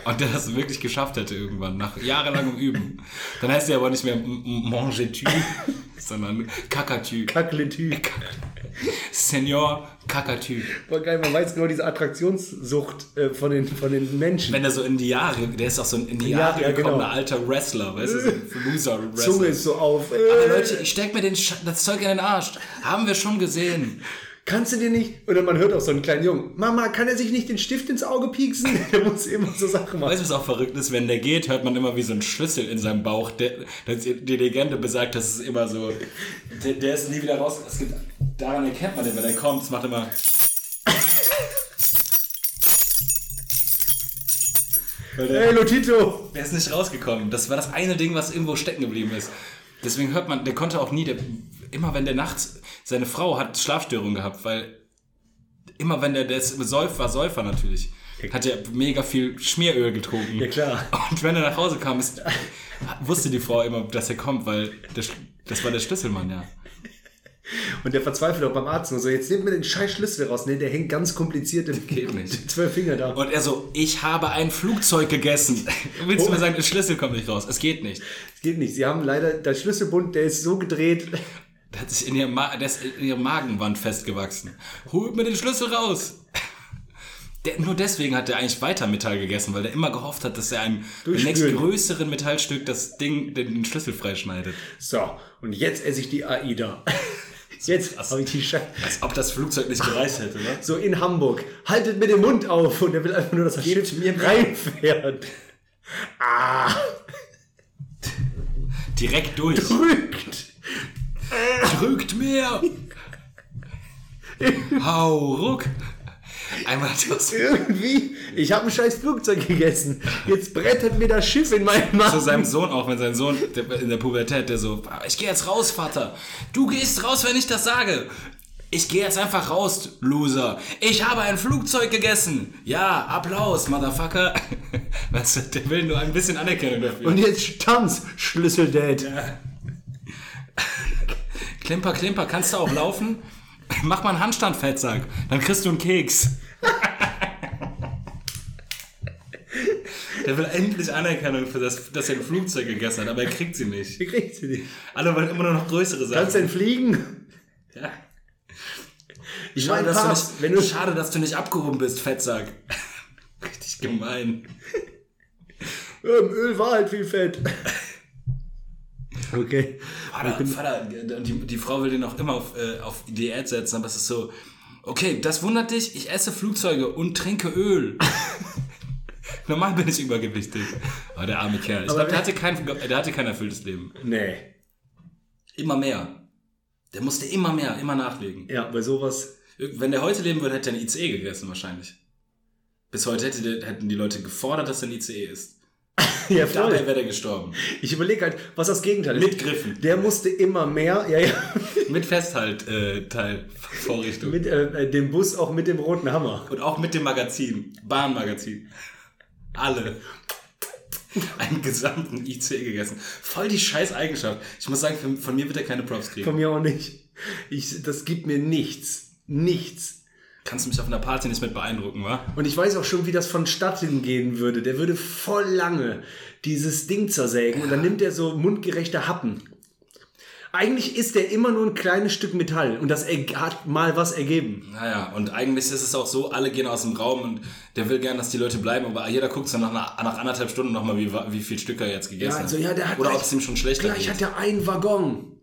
Speaker 2: Und der das wirklich geschafft hätte irgendwann, nach jahrelangem Üben. Dann heißt er aber nicht mehr M- M- Mangetü, sondern Kakatü.
Speaker 1: Kackletü.
Speaker 2: Senior Kakatü.
Speaker 1: Voll geil, man weiß genau diese Attraktionssucht äh, von, den, von den Menschen.
Speaker 2: Wenn er so in die Jahre, der ist auch so ein in die
Speaker 1: Ja,
Speaker 2: Jahre
Speaker 1: ja, genau.
Speaker 2: gekommener alter Wrestler, weißt du, so ein Loser-Wrestler.
Speaker 1: Zunge ist so auf. Äh,
Speaker 2: Aber Leute, ich steck mir den Sch das Zeug in den Arsch. Haben wir schon gesehen.
Speaker 1: kannst du dir nicht? Oder man hört auch so einen kleinen Jungen. Mama, kann er sich nicht den Stift ins Auge pieksen? Der muss immer so Sachen machen.
Speaker 2: Weißt du, was auch verrückt ist? Wenn der geht, hört man immer wie so einen Schlüssel in seinem Bauch. Der, das, die Legende besagt, das ist immer so. Der, der ist nie wieder raus. Es gibt, daran erkennt man den, wenn er kommt. Es macht immer. Weil der,
Speaker 1: Hey, Lotito.
Speaker 2: der ist nicht rausgekommen. Das war das eine Ding, was irgendwo stecken geblieben ist. Deswegen hört man, der konnte auch nie, der, immer wenn der nachts, seine Frau hat Schlafstörungen gehabt, weil immer wenn der, der ist Säuf, war Säufer natürlich, hat er mega viel Schmieröl getrunken.
Speaker 1: Ja, klar.
Speaker 2: Und wenn er nach Hause kam, ist, wusste die Frau immer, dass er kommt, weil der, Sch- das war der Schlüsselmann, ja.
Speaker 1: Und der verzweifelt auch beim Arzt nur so, jetzt nehmt mir den scheiß Schlüssel raus. Nee, der hängt ganz kompliziert im
Speaker 2: Geht nicht.
Speaker 1: zwölf Finger da.
Speaker 2: Und er so, ich habe ein Flugzeug gegessen. Willst du
Speaker 1: Oh.
Speaker 2: mir sagen, der Schlüssel kommt nicht raus? Es geht nicht.
Speaker 1: Das geht nicht. Sie haben leider, der Schlüsselbund, der ist so gedreht.
Speaker 2: Der hat sich in ihrem, Ma der ist in ihrem Magenwand festgewachsen. Holt mir den Schlüssel raus! Der, nur deswegen hat er eigentlich weiter Metall gegessen, weil er immer gehofft hat, dass er einem
Speaker 1: Durchspülen.
Speaker 2: nächstgrößeren Metallstück das Ding, den, den Schlüssel freischneidet.
Speaker 1: So, und jetzt esse ich die AIDA. Jetzt habe ich die Scheiße.
Speaker 2: Als ob das Flugzeug nicht gereicht hätte, ne?
Speaker 1: So in Hamburg. Haltet mir den Mund auf. Und er will einfach nur, dass das Schiff mir reinfährt. Ah,
Speaker 2: Direkt durch.
Speaker 1: drückt.
Speaker 2: Drückt mehr! Hau ruck! Einmal hat er aus-
Speaker 1: Irgendwie. Ich habe ein scheiß Flugzeug gegessen. Jetzt brettert mir das Schiff in meinen Magen.
Speaker 2: zu seinem Sohn auch, wenn sein Sohn der, in der Pubertät, der so, ich gehe jetzt raus, Vater. Du gehst raus, wenn ich das sage. Ich gehe jetzt einfach raus, Loser. Ich habe ein Flugzeug gegessen. Ja, Applaus, Motherfucker. Weißt du, der will nur ein bisschen Anerkennung dafür.
Speaker 1: Und jetzt tanz, Schlüsseldate.
Speaker 2: klimper, klimper, kannst du auch laufen? Mach mal einen Handstand, Fettsack. Dann kriegst du einen Keks. Der will endlich Anerkennung für das, dass er ein Flugzeug gegessen hat, aber er kriegt sie nicht.
Speaker 1: Wie kriegst du die?
Speaker 2: Alle wollen immer nur noch größere Sachen.
Speaker 1: Kannst denn fliegen?
Speaker 2: Ja.
Speaker 1: Ich
Speaker 2: Schade, dass du
Speaker 1: Papst,
Speaker 2: nicht,
Speaker 1: wenn du
Speaker 2: schade, dass du nicht abgehoben bist, Fettsack. Richtig gemein.
Speaker 1: im Öl war halt viel Fett. Okay.
Speaker 2: Ah, Vater, Vater, die, die Frau will den auch immer auf, äh, auf Diät setzen, aber es ist so, okay, das wundert dich, ich esse Flugzeuge und trinke Öl. Normal bin ich übergewichtig. Oh, der arme Kerl. Ich glaube, der, hatte kein- der hatte kein erfülltes Leben.
Speaker 1: Nee.
Speaker 2: Immer mehr. Der musste immer mehr, immer nachlegen.
Speaker 1: Ja, bei sowas.
Speaker 2: Wenn der heute leben würde, hätte er ein ICE E gegessen wahrscheinlich. Bis heute hätte der, hätten die Leute gefordert, dass er ein ICE E ist.
Speaker 1: Ja,
Speaker 2: Dabei wäre der gestorben.
Speaker 1: Ich überlege halt, was das Gegenteil ist.
Speaker 2: Mit Griffen.
Speaker 1: Der musste immer mehr, ja, ja,
Speaker 2: Mit Festhalt-Teil, Vorrichtung.
Speaker 1: mit äh, äh, dem Bus auch mit dem roten Hammer.
Speaker 2: Und auch mit dem Magazin, Bahnmagazin. Alle. Einen gesamten IC gegessen. Voll die scheiß Eigenschaft. Ich muss sagen, von, von mir wird er keine Props kriegen.
Speaker 1: Von mir auch nicht. Ich, das gibt mir nichts. Nichts.
Speaker 2: Kannst du mich auf einer Party nicht mit beeindrucken, wa?
Speaker 1: Und ich weiß auch schon, wie das vonstatten gehen würde. Der würde voll lange dieses Ding zersägen und dann nimmt er so mundgerechte Happen. Eigentlich ist der immer nur ein kleines Stück Metall und das erg- hat mal was ergeben.
Speaker 2: Naja, und eigentlich ist es auch so, alle gehen aus dem Raum und der will gern, dass die Leute bleiben, aber jeder guckt so nach, einer, nach anderthalb Stunden nochmal, wie, wa- wie viel Stück er jetzt gegessen
Speaker 1: Ja, also,
Speaker 2: hat.
Speaker 1: ja, der hat
Speaker 2: Oder ob
Speaker 1: gleich-
Speaker 2: es ihm schon schlechter
Speaker 1: Gleich
Speaker 2: geht.
Speaker 1: hat er einen Waggon.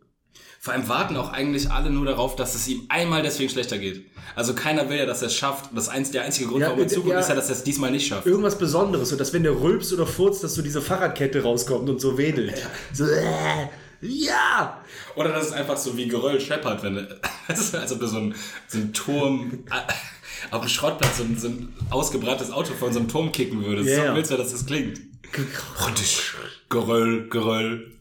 Speaker 2: Vor allem warten auch eigentlich alle nur darauf, dass es ihm einmal deswegen schlechter geht. Also keiner will ja, dass er es schafft. Das einz der einzige Grund,
Speaker 1: Ja,
Speaker 2: warum er
Speaker 1: äh,
Speaker 2: zuguckt,
Speaker 1: ja.
Speaker 2: ist ja, dass er es diesmal nicht schafft.
Speaker 1: Irgendwas Besonderes, so dass wenn der rülpst oder furzt, dass so diese Fahrradkette rauskommt und so wedelt. So, äh, ja!
Speaker 2: Oder das ist einfach so wie Geröll scheppert, wenn du- weißt du, als ob du also so ein, so ein Turm äh, auf dem Schrottplatz so ein, so ein ausgebranntes Auto von so einem Turm kicken würdest.
Speaker 1: Ja,
Speaker 2: So
Speaker 1: ja.
Speaker 2: willst du, dass das klingt. Rundisch. Geröll, Geröll.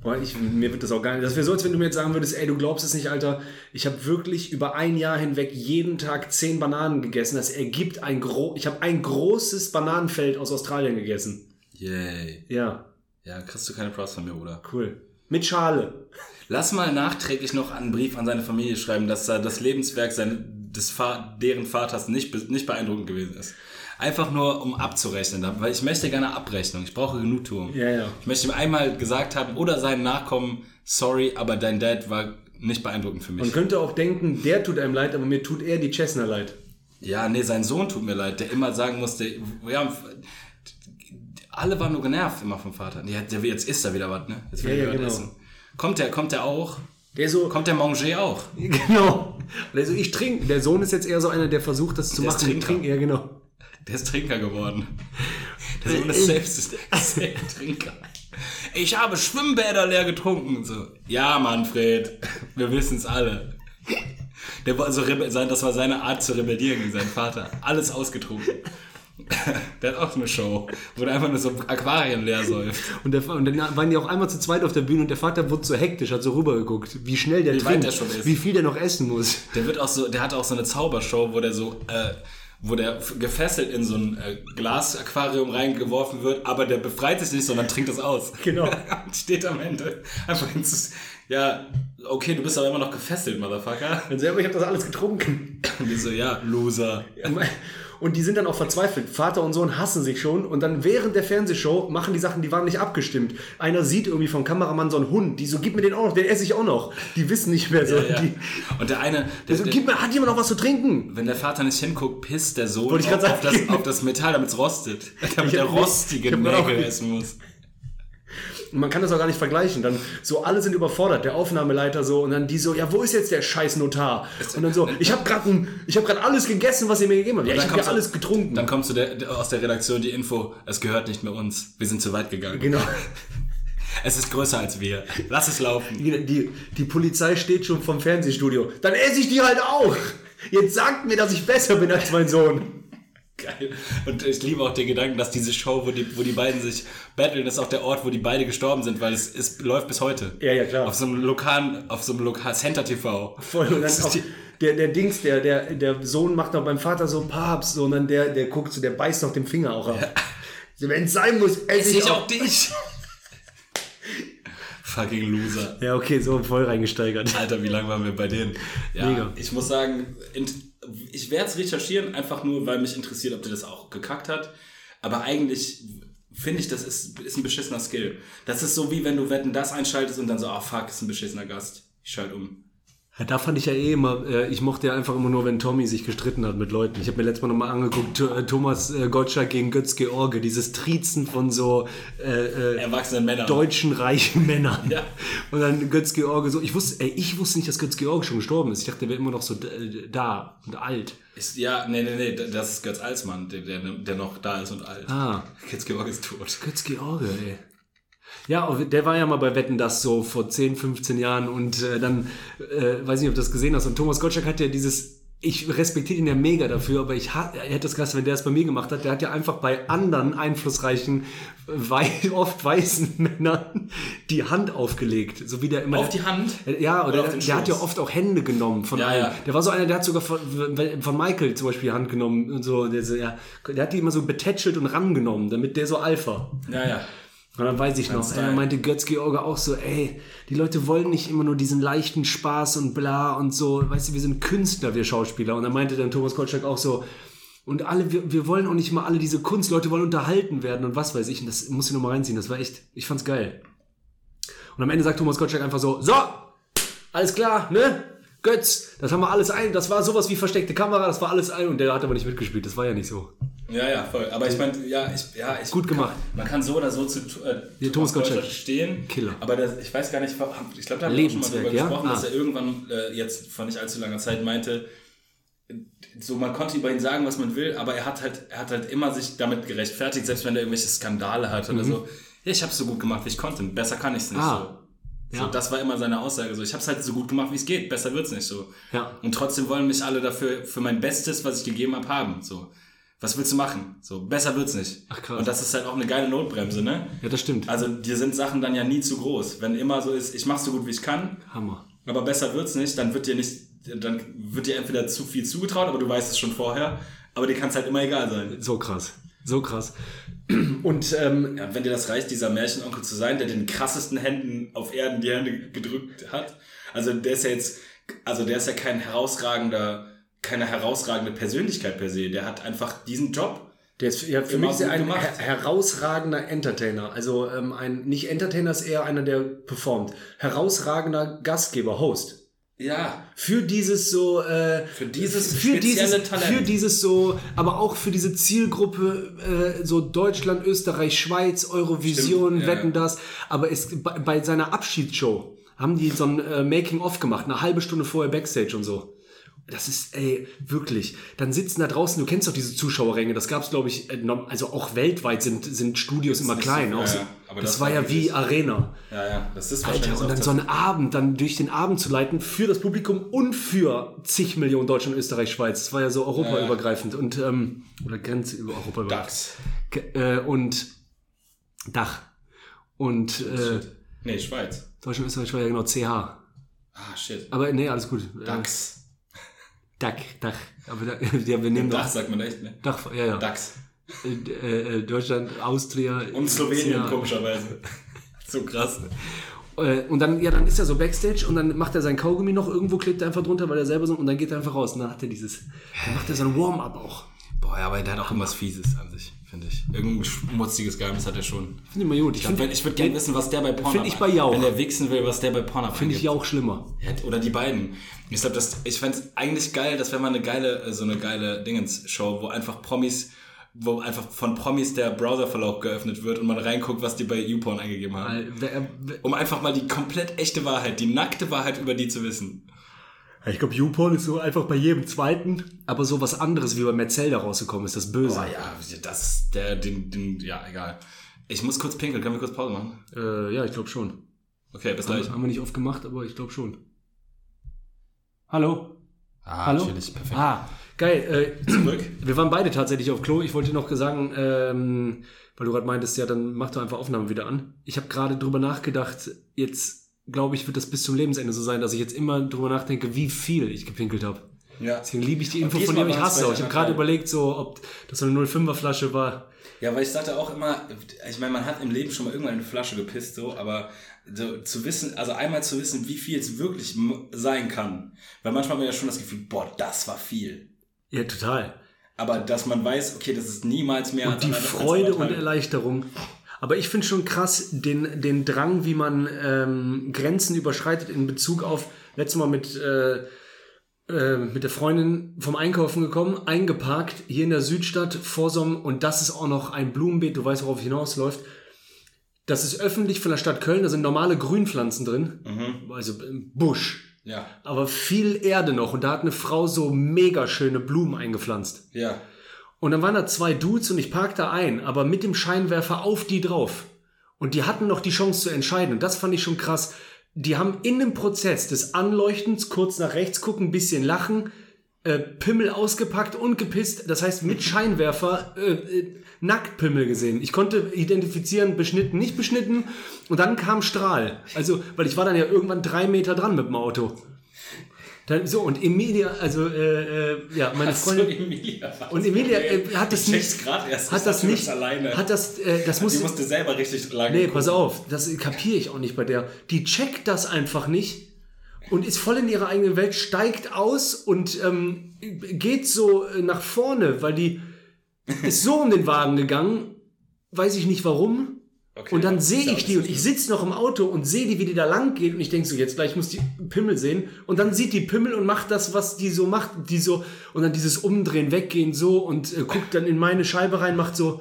Speaker 1: Boah, ich, mir wird das auch gar nicht. Das wäre so, als wenn du mir jetzt sagen würdest, ey, du glaubst es nicht, Alter. Ich habe wirklich über ein Jahr hinweg jeden Tag zehn Bananen gegessen. Das ergibt ein gro Ich habe ein großes Bananenfeld aus Australien gegessen.
Speaker 2: Yay.
Speaker 1: Ja,
Speaker 2: Ja, kriegst du keine Props von mir, Bruder.
Speaker 1: cool. Mit Schale.
Speaker 2: Lass mal nachträglich noch einen Brief an seine Familie schreiben, dass da das Lebenswerk seine, des Fa deren Vaters nicht, be- nicht beeindruckend gewesen ist. Einfach nur, um abzurechnen. Weil ich möchte gerne Abrechnung. Ich brauche Genugtuung.
Speaker 1: Ja, ja.
Speaker 2: Ich möchte ihm einmal gesagt haben oder seinen Nachkommen, sorry, aber dein Dad war nicht beeindruckend für mich.
Speaker 1: Man könnte auch denken, der tut einem leid, aber mir tut er die Chesner leid.
Speaker 2: ja, nee, sein Sohn tut mir leid, der immer sagen musste, ja, alle waren nur genervt immer vom Vater. Ja, der, jetzt isst er wieder was, ne? Jetzt will
Speaker 1: Ja,
Speaker 2: er
Speaker 1: ja,
Speaker 2: wieder was
Speaker 1: genau.
Speaker 2: essen. Kommt der, kommt der auch?
Speaker 1: Der so,
Speaker 2: Kommt der Manger auch?
Speaker 1: Genau. Also ich trinke. Der Sohn ist jetzt eher so einer, der versucht, das zu
Speaker 2: Der ist
Speaker 1: machen.
Speaker 2: Trinker.
Speaker 1: ja, genau.
Speaker 2: Der ist Trinker geworden. Der Sohn ist selbst, selbst Trinker. Ich habe Schwimmbäder leer getrunken. So, ja, Manfred, wir wissen es alle. Der war so rebe- sein, das war seine Art zu rebellieren gegen seinen Vater. Alles ausgetrunken. Der hat auch eine Show, wo der einfach nur so Aquarien leer säuft.
Speaker 1: Und, der, und dann waren die auch einmal zu zweit auf der Bühne und der Vater wurde so hektisch, hat so rübergeguckt, wie schnell der
Speaker 2: Wie weit
Speaker 1: trinkt,
Speaker 2: der schon ist.
Speaker 1: wie viel der noch essen muss.
Speaker 2: Der wird auch so, der hat auch so eine Zaubershow, wo der so, äh, wo der f- gefesselt in so ein äh, Glasaquarium reingeworfen wird, aber der befreit sich nicht, sondern trinkt das aus.
Speaker 1: Genau.
Speaker 2: Und steht am Ende einfach ins, ja, okay, du bist aber immer noch gefesselt, Motherfucker.
Speaker 1: Und selber, ich habe das alles getrunken.
Speaker 2: Und die so, ja, Loser.
Speaker 1: Und die sind dann auch verzweifelt. Vater und Sohn hassen sich schon. Und dann während der Fernsehshow machen die Sachen, die waren nicht abgestimmt. Einer sieht irgendwie vom Kameramann so einen Hund, die so, gib mir den auch noch, den esse ich auch noch. Die wissen nicht mehr so.
Speaker 2: Ja.
Speaker 1: Die, Also
Speaker 2: Und der eine, der,
Speaker 1: so
Speaker 2: der,
Speaker 1: gib mir, hat jemand noch was zu trinken?
Speaker 2: wenn der Vater nicht hinguckt, pisst der Sohn
Speaker 1: Wollte ich
Speaker 2: auf,
Speaker 1: grad
Speaker 2: auf, das,
Speaker 1: sagen.
Speaker 2: auf das Metall, damit es rostet.
Speaker 1: Ich
Speaker 2: Damit
Speaker 1: hab
Speaker 2: der
Speaker 1: nicht- ich
Speaker 2: rostige
Speaker 1: hab mir auch
Speaker 2: Nägel
Speaker 1: nicht-
Speaker 2: essen muss.
Speaker 1: Und man kann das auch gar nicht vergleichen. Dann so alle sind überfordert, der Aufnahmeleiter so und dann die so, ja, wo ist jetzt der scheiß Notar? Und dann so, ich habe gerade ich habe gerade alles gegessen, was ihr mir gegeben habt. Ja, ich
Speaker 2: ne? dann
Speaker 1: habe ja
Speaker 2: kommst du-
Speaker 1: alles getrunken.
Speaker 2: Dann kommt zu der, der- aus der Redaktion die Info, es gehört nicht mehr uns. Wir sind zu weit gegangen.
Speaker 1: genau.
Speaker 2: Es ist größer als wir. Lass es laufen.
Speaker 1: Die, die, die Polizei steht schon vom Fernsehstudio. Dann esse ich die halt auch. Jetzt sagt mir, dass ich besser bin als mein Sohn.
Speaker 2: Geil. Und ich liebe auch den Gedanken, dass diese Show, wo die, wo die beiden sich battlen, ist auch der Ort, wo die beide gestorben sind, weil es, es läuft bis heute.
Speaker 1: Ja, ja, klar.
Speaker 2: Auf so einem lokalen, auf so einem lokalen Center TV.
Speaker 1: Voll. Und dann
Speaker 2: Das ist
Speaker 1: auch
Speaker 2: die-
Speaker 1: der, der Dings, der, der, der Sohn macht noch beim Vater so Papst, sondern der, der guckt so, der beißt noch den Finger auch ab. Wenn es sein muss, esse ich
Speaker 2: Sehe ich
Speaker 1: auch.
Speaker 2: auch dich. Fucking Loser.
Speaker 1: Ja, okay, so voll reingesteigert.
Speaker 2: Alter, wie lange waren wir bei denen? Ja,
Speaker 1: Mega.
Speaker 2: ich muss sagen, int- ich werde es recherchieren, einfach nur, weil mich interessiert, ob der das auch gekackt hat. Aber eigentlich finde ich, das ist, ist ein beschissener Skill. Das ist so wie, wenn du Wetten das einschaltest und dann so, ah fuck, ist ein beschissener Gast. Ich schalte um.
Speaker 1: Ja, da fand ich ja eh immer, äh, ich mochte ja einfach immer nur, wenn Tommy sich gestritten hat mit Leuten. Ich habe mir letztes Mal nochmal angeguckt, T- äh, Thomas äh, Gottschalk gegen Götz George, dieses Triezen von so äh, äh,
Speaker 2: Erwachsene Männer.
Speaker 1: deutschen reichen Männern.
Speaker 2: Ja.
Speaker 1: Und dann Götz George so, ich wusste, ey, ich wusste nicht, dass Götz George schon gestorben ist. Ich dachte, der wäre immer noch so d- äh, da und alt.
Speaker 2: Ist, ja, nee, nee, nee, das ist Götz Alsmann, der, der, der noch da ist und alt.
Speaker 1: Ah,
Speaker 2: Jetzt Georg ist tot.
Speaker 1: Götz George, ey. Ja, der war ja mal bei Wetten das so vor 10, 15 Jahren und äh, dann, äh, weiß nicht, ob du das gesehen hast. Und Thomas Gottschalk hat ja dieses, ich respektiere ihn ja mega dafür, aber ich ha- hätte es krass, wenn der es bei mir gemacht hat. Der hat ja einfach bei anderen einflussreichen, wei- oft weißen Männern die Hand aufgelegt. So wie der immer.
Speaker 2: Auf die Hand?
Speaker 1: Ja, oder,
Speaker 2: auf
Speaker 1: der,
Speaker 2: den
Speaker 1: der hat ja
Speaker 2: Schoß?
Speaker 1: oft auch Hände genommen von
Speaker 2: Ja,
Speaker 1: allen.
Speaker 2: ja.
Speaker 1: Der war so einer, der hat sogar von, von Michael zum Beispiel die Hand genommen und so. Der, so, ja, der hat die immer so betätschelt und rangenommen, damit der so Alpha.
Speaker 2: Ja, ja.
Speaker 1: Und dann weiß ich noch, ey,
Speaker 2: Style.
Speaker 1: dann meinte Götz-George auch so, ey, die Leute wollen nicht immer nur diesen leichten Spaß und bla und so, weißt du, wir sind Künstler, wir Schauspieler. Und dann meinte dann Thomas Gottschalk auch so, und alle, wir, wir wollen auch nicht mal alle diese Kunst, Leute wollen unterhalten werden und was weiß ich. Und das muss ich nochmal reinziehen, das war echt, ich fand's geil. Und am Ende sagt Thomas Gottschalk einfach so, so, alles klar, ne? Götz, das haben wir alles ein, das war sowas wie versteckte Kamera, das war alles ein und der hat aber nicht mitgespielt, das war ja nicht so.
Speaker 2: Ja, ja, voll. Aber ich meine, ja, ich, ja, ich.
Speaker 1: Gut gemacht.
Speaker 2: Man kann so oder so zu äh,
Speaker 1: Thomas Gottschalk.
Speaker 2: stehen.
Speaker 1: Killer.
Speaker 2: Aber das, ich weiß gar nicht, wa- ich glaube, da haben wir auch schon mal drüber
Speaker 1: Lebenswerk, ja?
Speaker 2: gesprochen, dass
Speaker 1: Ah.
Speaker 2: er irgendwann äh, jetzt vor nicht allzu langer Zeit meinte, so man konnte über ihn sagen, was man will, aber er hat halt, er hat halt immer sich damit gerechtfertigt, selbst wenn er irgendwelche Skandale hat oder so. Ja, ich habe es so gut gemacht, wie ich konnte. Besser kann ich es nicht.
Speaker 1: Mhm. Ah.
Speaker 2: So.
Speaker 1: Ja.
Speaker 2: So, das war immer seine Aussage. So, ich habe es halt so gut gemacht, wie es geht. Besser wird's nicht so.
Speaker 1: Ja.
Speaker 2: Und trotzdem wollen mich alle dafür für mein Bestes, was ich gegeben habe, haben. So, was willst du machen? So, besser wird's nicht.
Speaker 1: Ach, krass.
Speaker 2: Und das ist halt auch eine geile Notbremse, ne?
Speaker 1: Ja, das stimmt.
Speaker 2: Also dir sind Sachen dann ja nie zu groß. Wenn immer so ist, ich mach's so gut wie ich kann,
Speaker 1: Hammer.
Speaker 2: aber besser wird's nicht, dann wird dir nicht, dann wird dir entweder zu viel zugetraut, aber du weißt es schon vorher. Aber dir kann's halt immer egal sein.
Speaker 1: So krass. So krass. Und ähm,
Speaker 2: Ja, wenn dir das reicht, dieser Märchenonkel zu sein, der den krassesten Händen auf Erden die Hände gedrückt hat. Also der ist ja jetzt, also der ist ja kein herausragender, keine herausragende Persönlichkeit per se. Der hat einfach diesen Job.
Speaker 1: der ist, ja, für
Speaker 2: Immer
Speaker 1: mich ist er
Speaker 2: gut
Speaker 1: ein
Speaker 2: gemacht.
Speaker 1: her herausragender Entertainer. Also ähm, ein nicht Entertainer ist eher einer, der performt. Herausragender Gastgeber, Host.
Speaker 2: Ja.
Speaker 1: Für dieses so, äh,
Speaker 2: Für dieses
Speaker 1: für
Speaker 2: spezielle
Speaker 1: dieses,
Speaker 2: Talent.
Speaker 1: für dieses so, aber auch für diese Zielgruppe äh, so Deutschland, Österreich, Schweiz, Eurovision,
Speaker 2: Stimmt, ja,
Speaker 1: wetten das. Aber es, bei, bei seiner Abschiedsshow haben die so ein äh, Making-of gemacht, eine halbe Stunde vorher Backstage und so. Das ist, ey, wirklich. Dann sitzen da draußen, du kennst doch diese Zuschauerränge, das gab's, glaube ich, äh, nom- also auch weltweit sind, sind Studios immer
Speaker 2: nicht
Speaker 1: klein.
Speaker 2: so-
Speaker 1: auch
Speaker 2: ja,
Speaker 1: so,
Speaker 2: ja, aber
Speaker 1: das,
Speaker 2: das
Speaker 1: war
Speaker 2: war
Speaker 1: ja wie
Speaker 2: wirklich-
Speaker 1: Arena.
Speaker 2: Ja, ja. Das ist
Speaker 1: Alter,
Speaker 2: wahrscheinlich
Speaker 1: und
Speaker 2: auch
Speaker 1: dann
Speaker 2: das-
Speaker 1: so einen Abend, dann durch den Abend zu leiten, für das Publikum und für zig Millionen Deutschland, Österreich, Schweiz. Das war ja so europaübergreifend und, ähm, oder Grenze über europaübergreifend.
Speaker 2: DAX.
Speaker 1: Ge- Äh, und Dach. Und äh,
Speaker 2: Nee, Schweiz.
Speaker 1: Deutschland, Österreich, Schweiz, ja genau, CH.
Speaker 2: Ah, shit.
Speaker 1: Aber nee, alles gut. Äh,
Speaker 2: DAX.
Speaker 1: Dach, Dach. Aber da, ja, wir nehmen
Speaker 2: Dach
Speaker 1: doch.
Speaker 2: sagt man echt, ne?
Speaker 1: Dach, ja, ja.
Speaker 2: DAX.
Speaker 1: Äh, äh, Deutschland, Austria.
Speaker 2: Und Slowenien,
Speaker 1: CH.
Speaker 2: komischerweise. so krass.
Speaker 1: Äh, und dann, ja, dann ist er so Backstage und dann macht er sein Kaugummi noch irgendwo, klebt er einfach drunter, weil er selber so, und dann geht er einfach raus und dann hat er dieses, dann macht er so ein Warm-up auch.
Speaker 2: Boah, ja, aber der hat auch irgendwas Fieses an sich, finde ich. Irgendein schmutziges Geheimnis hat er schon.
Speaker 1: Finde ich mal gut. Ich
Speaker 2: Ich
Speaker 1: finde
Speaker 2: würde würd gerne wissen, was der bei Pornhub
Speaker 1: Find ich
Speaker 2: hat.
Speaker 1: bei Jauch.
Speaker 2: Wenn der wichsen will, was der bei Pornhub
Speaker 1: find ich
Speaker 2: angibt.
Speaker 1: ja auch schlimmer.
Speaker 2: Ja, Oder die beiden. Ich glaube, das, ich fänd's eigentlich geil, das wäre mal eine geile, äh, so eine geile Dingens-Show, wo einfach Promis, wo einfach von Promis der Browserverlauf geöffnet wird und man reinguckt, was die bei YouPorn eingegeben haben.
Speaker 1: Weil, wer- wer-
Speaker 2: Um einfach mal die komplett echte Wahrheit, die nackte Wahrheit über die zu wissen.
Speaker 1: Ich glaube, YouPorn ist so einfach bei jedem zweiten. Aber so was anderes wie bei Merzel da rausgekommen ist, das Böse.
Speaker 2: Ah ja, das, der, den, den, ja, egal. Ich muss kurz pinkeln, können wir kurz Pause machen?
Speaker 1: äh, ja ich glaube schon.
Speaker 2: Okay, bis gleich.
Speaker 1: Haben, haben wir nicht oft gemacht, aber ich glaube schon. Hallo?
Speaker 2: Ah,
Speaker 1: Hallo?
Speaker 2: natürlich, perfekt.
Speaker 1: Ah, geil. Äh,
Speaker 2: Zurück.
Speaker 1: Wir waren beide tatsächlich auf Klo. Ich wollte dir noch sagen, ähm, weil du gerade meintest, ja, dann mach doch einfach Aufnahmen wieder an. Ich habe gerade drüber nachgedacht, jetzt glaube ich, wird das bis zum Lebensende so sein, dass ich jetzt immer drüber nachdenke, wie viel ich gepinkelt habe.
Speaker 2: Ja.
Speaker 1: Deswegen liebe ich die
Speaker 2: Und
Speaker 1: Info von dir,
Speaker 2: diesmal
Speaker 1: aber ich
Speaker 2: waren es
Speaker 1: hasse auch. Ich
Speaker 2: zwei
Speaker 1: habe gerade
Speaker 2: Einheiten.
Speaker 1: überlegt, so, ob das so eine 05er Flasche war.
Speaker 2: Ja, weil ich dachte auch immer, ich meine, man hat im Leben schon mal irgendwann in eine Flasche gepisst, so, aber so, zu wissen, also einmal zu wissen, wie viel es wirklich m- sein kann. Weil manchmal hat man ja schon das Gefühl, boah, das war viel.
Speaker 1: Ja, total.
Speaker 2: Aber dass man weiß, okay, das ist niemals mehr
Speaker 1: Und die
Speaker 2: als- als
Speaker 1: Freude und
Speaker 2: anderthalb.
Speaker 1: Erleichterung. Aber ich finde schon krass den, den Drang, wie man ähm, Grenzen überschreitet in Bezug auf, letztes Mal mit, äh, äh, mit der Freundin vom Einkaufen gekommen, eingeparkt, hier in der Südstadt, Vorsom, und das ist auch noch ein Blumenbeet, du weißt, worauf ich hinausläuft. Das ist öffentlich von der Stadt Köln, da sind normale Grünpflanzen drin, also äh, Busch,
Speaker 2: Ja,
Speaker 1: aber viel Erde noch und da hat eine Frau so mega schöne Blumen eingepflanzt.
Speaker 2: ja.
Speaker 1: Und dann waren da zwei Dudes und ich parkte ein, aber mit dem Scheinwerfer auf die drauf. Und die hatten noch die Chance zu entscheiden. Und das fand ich schon krass. Die haben in dem Prozess des Anleuchtens kurz nach rechts gucken, ein bisschen lachen, äh, Pimmel ausgepackt und gepisst. Das heißt, mit Scheinwerfer äh, äh, Nacktpimmel gesehen. Ich konnte identifizieren, beschnitten, nicht beschnitten. Und dann kam Strahl. Also, weil ich war dann ja irgendwann drei Meter dran mit dem Auto. Dann, so, und Emilia, also, äh, äh, ja, meine Freundin.
Speaker 2: Emilia war
Speaker 1: Und Emilia äh, hat das nicht.
Speaker 2: gerade erst.
Speaker 1: Hat das nicht. Hat das. Äh, das muss.
Speaker 2: selber richtig lange.
Speaker 1: Nee, pass auf. Das kapiere ich auch nicht bei der. Die checkt das einfach nicht und ist voll in ihrer eigenen Welt, steigt aus und ähm, geht so äh, nach vorne, weil die ist so um den Wagen gegangen. Weiß ich nicht warum.
Speaker 2: Okay.
Speaker 1: Und dann sehe
Speaker 2: Ja,
Speaker 1: ich die
Speaker 2: das
Speaker 1: und ich sitze noch im Auto und sehe die, wie die da lang geht und ich denke so, jetzt gleich muss die Pimmel sehen und dann sieht die Pimmel und macht das, was die so macht, die so und dann dieses Umdrehen, Weggehen so und äh, guckt dann in meine Scheibe rein, macht so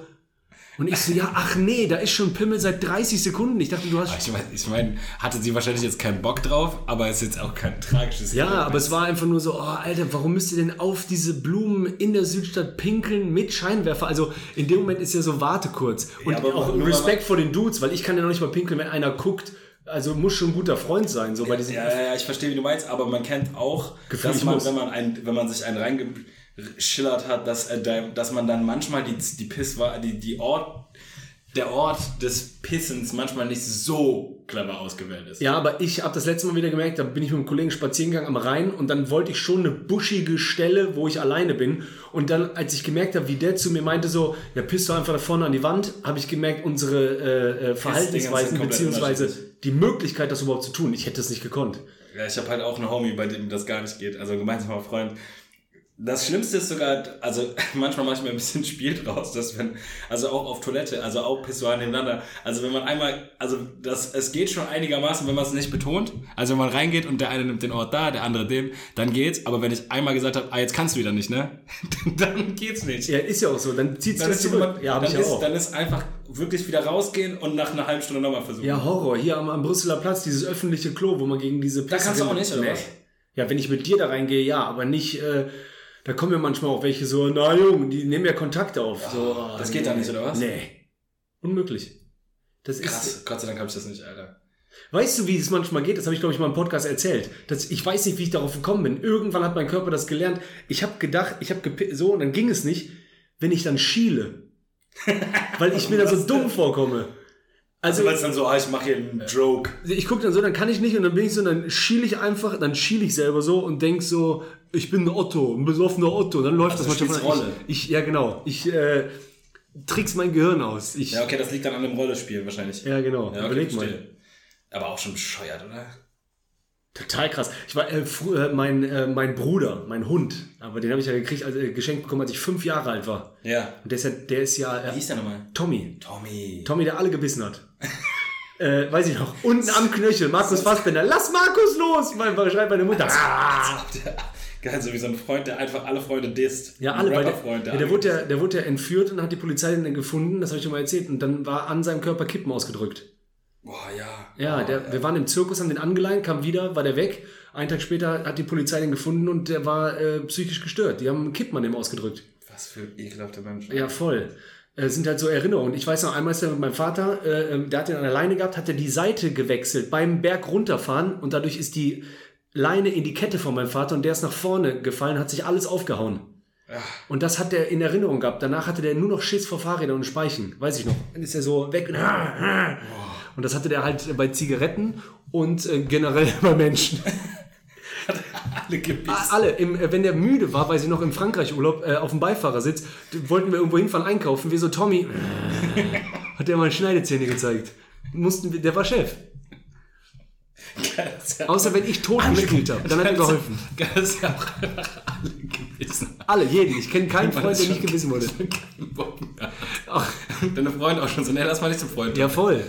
Speaker 1: und ich so, ja, ach nee, da ist schon Pimmel seit 30 Sekunden. Ich dachte, du hast...
Speaker 2: Ich meine, ich mein, hatte sie wahrscheinlich jetzt keinen Bock drauf, aber ist jetzt auch kein tragisches
Speaker 1: Ja,
Speaker 2: Erlebnis.
Speaker 1: aber es war einfach nur so, oh, Alter, warum müsst ihr denn auf diese Blumen in der Südstadt pinkeln mit Scheinwerfer? Also in dem Moment ist ja so, warte kurz. Und
Speaker 2: aber
Speaker 1: auch
Speaker 2: nur
Speaker 1: Respekt vor den Dudes, weil ich kann ja noch nicht mal pinkeln, wenn einer guckt. Also muss schon ein guter Freund sein, so bei diesen
Speaker 2: Ja, ja, ja, ich verstehe, wie du meinst, aber man kennt auch,
Speaker 1: Gefühl,
Speaker 2: dass
Speaker 1: ich
Speaker 2: man,
Speaker 1: muss.
Speaker 2: wenn man, ein, wenn man sich einen reingeschillert hat, dass, äh, da- dass man dann manchmal die, die Piss war, die, die Ort, der Ort des Pissens manchmal nicht so clever ausgewählt ist.
Speaker 1: Ja, aber ich habe das letzte Mal wieder gemerkt, da bin ich mit einem Kollegen spazieren gegangen am Rhein und dann wollte ich schon eine buschige Stelle, wo ich alleine bin. Und dann, als ich gemerkt habe, wie der zu mir meinte, so, ja, piss doch einfach da vorne an die Wand, habe ich gemerkt, unsere äh, äh, Verhaltensweisen
Speaker 2: komplett
Speaker 1: beziehungsweise
Speaker 2: unterschiedlich.
Speaker 1: die Möglichkeit, das überhaupt zu tun. Ich hätte es nicht gekonnt.
Speaker 2: Ja, ich habe halt auch einen Homie, bei dem das gar nicht geht. Also ein gemeinsamer Freund. Das Schlimmste ist sogar, also manchmal mache ich mir ein bisschen Spiel draus, dass wenn, also auch auf Toilette, also auch Pissoir nebeneinander, also wenn man einmal, also das, es geht schon einigermaßen, wenn man es nicht betont, also wenn man reingeht und der eine nimmt den Ort da, der andere dem, dann geht's, aber wenn ich einmal gesagt habe, ah, jetzt kannst du wieder nicht, ne, dann geht's nicht.
Speaker 1: Ja, ist ja auch so. Dann zieht es
Speaker 2: dann,
Speaker 1: wieder
Speaker 2: ist
Speaker 1: zurück.
Speaker 2: immer,
Speaker 1: Ja, habe
Speaker 2: dann,
Speaker 1: ich ja
Speaker 2: ist,
Speaker 1: auch.
Speaker 2: dann ist einfach wirklich wieder rausgehen und nach einer halben Stunde nochmal versuchen.
Speaker 1: Ja, Horror. Hier am, am Brüsseler Platz, dieses öffentliche Klo, wo man gegen diese Pisse
Speaker 2: kannst du auch nicht, oder was?
Speaker 1: Ja, wenn ich mit dir da reingehe, ja, aber nicht, äh, da kommen ja manchmal auch welche so, na Junge, die nehmen ja Kontakt auf. so, ah,
Speaker 2: Oh, das geht da nicht, oder was?
Speaker 1: Nee. Unmöglich. Das ist.
Speaker 2: Krass, Gott sei Dank habe ich das nicht, Alter.
Speaker 1: Weißt du, wie es manchmal geht? Das habe ich, glaube ich, mal im Podcast erzählt. Das, ich weiß nicht, wie ich darauf gekommen bin. Irgendwann hat mein Körper das gelernt. Ich habe gedacht, ich habe gepi- so und dann ging es nicht, wenn ich dann schiele. Weil ich mir dann so dumm vorkomme. Also,
Speaker 2: Du meinst dann so, ah, ich mache hier einen Joke.
Speaker 1: ich gucke dann so, dann kann ich nicht und dann bin ich so, und dann schiele ich einfach, dann schiele ich selber so und denk so, ich bin ein Otto, ein besoffener Otto. Und dann läuft
Speaker 2: Also
Speaker 1: das manchmal
Speaker 2: spielst
Speaker 1: von-
Speaker 2: Rolle.
Speaker 1: Ich, ich, ja, genau. Ich äh, trick's mein Gehirn aus. Ich,
Speaker 2: Ja,
Speaker 1: ja,
Speaker 2: okay, das liegt dann an dem Rollenspiel wahrscheinlich.
Speaker 1: genau.
Speaker 2: Ja, okay,
Speaker 1: Überleg mal.
Speaker 2: verstehe. Aber auch schon bescheuert, oder?
Speaker 1: Total krass. Ich war äh, früher, mein, äh, mein Bruder, mein Hund, aber den habe ich ja gekriegt, also, äh, geschenkt bekommen, als ich fünf Jahre alt war.
Speaker 2: Ja.
Speaker 1: Und der ist ja, der ist ja
Speaker 2: Wie
Speaker 1: äh,
Speaker 2: hieß der nochmal?
Speaker 1: Tommy.
Speaker 2: Tommy.
Speaker 1: Tommy, der alle gebissen hat. äh, weiß ich noch. Unten am Knöchel, Markus Fassbender. Lass Markus los! Mein, schreibt meine Mutter. Ah!
Speaker 2: Geil, so wie so ein Freund, der einfach alle Freunde disst.
Speaker 1: Ja, alle, weil
Speaker 2: Ein
Speaker 1: der,
Speaker 2: Rapper-Freund,
Speaker 1: ja, der, wurde ja, der wurde ja entführt und dann hat die Polizei den dann gefunden, das habe ich schon mal erzählt, und dann war an seinem Körper Kippen ausgedrückt.
Speaker 2: Boah, ja.
Speaker 1: Ah, Ja,
Speaker 2: Boah,
Speaker 1: der, wir waren im Zirkus, haben den angeleint, kam wieder, war der weg. Einen Tag später hat die Polizei den gefunden und der war äh, psychisch gestört. Die haben einen Kippen an dem ausgedrückt.
Speaker 2: Was für ekelhafte Menschen.
Speaker 1: Ja, voll. Äh, sind halt so Erinnerungen. Ich weiß noch, einmal ist er mit meinem Vater, äh, ähm, der hat den an der Leine gehabt, hat er die Seite gewechselt beim Berg runterfahren und dadurch ist die Leine in die Kette von meinem Vater und der ist nach vorne gefallen, hat sich alles aufgehauen. Und das hat er in Erinnerung gehabt. Danach hatte der nur noch Schiss vor Fahrrädern und Speichen. Weiß ich noch. Dann ist er so weg. und- Und das hatte der halt bei Zigaretten und äh, generell bei Menschen.
Speaker 2: Alle gebissen.
Speaker 1: Alle, im, äh, wenn der müde war, weiß ich noch, im Frankreich-Urlaub äh, auf dem Beifahrersitz, d- wollten wir irgendwo hinfahren einkaufen. Wir so, Tommy, hat der mal Schneidezähne gezeigt. Mussten wir, der war Chef.
Speaker 2: Geil, dass er-
Speaker 1: Außer wenn ich tot gespielt habe, dann hat er geholfen.
Speaker 2: Geil, dass er auch einfach alle gebissen hat.
Speaker 1: Alle, jeden. Ich kenne keinen Freund, der nicht gebissen wurde.
Speaker 2: Kein Bock mehr.
Speaker 1: Ach,
Speaker 2: Deine Freunde auch schon so, ne, lass mal nicht zum Freund.
Speaker 1: ja, voll.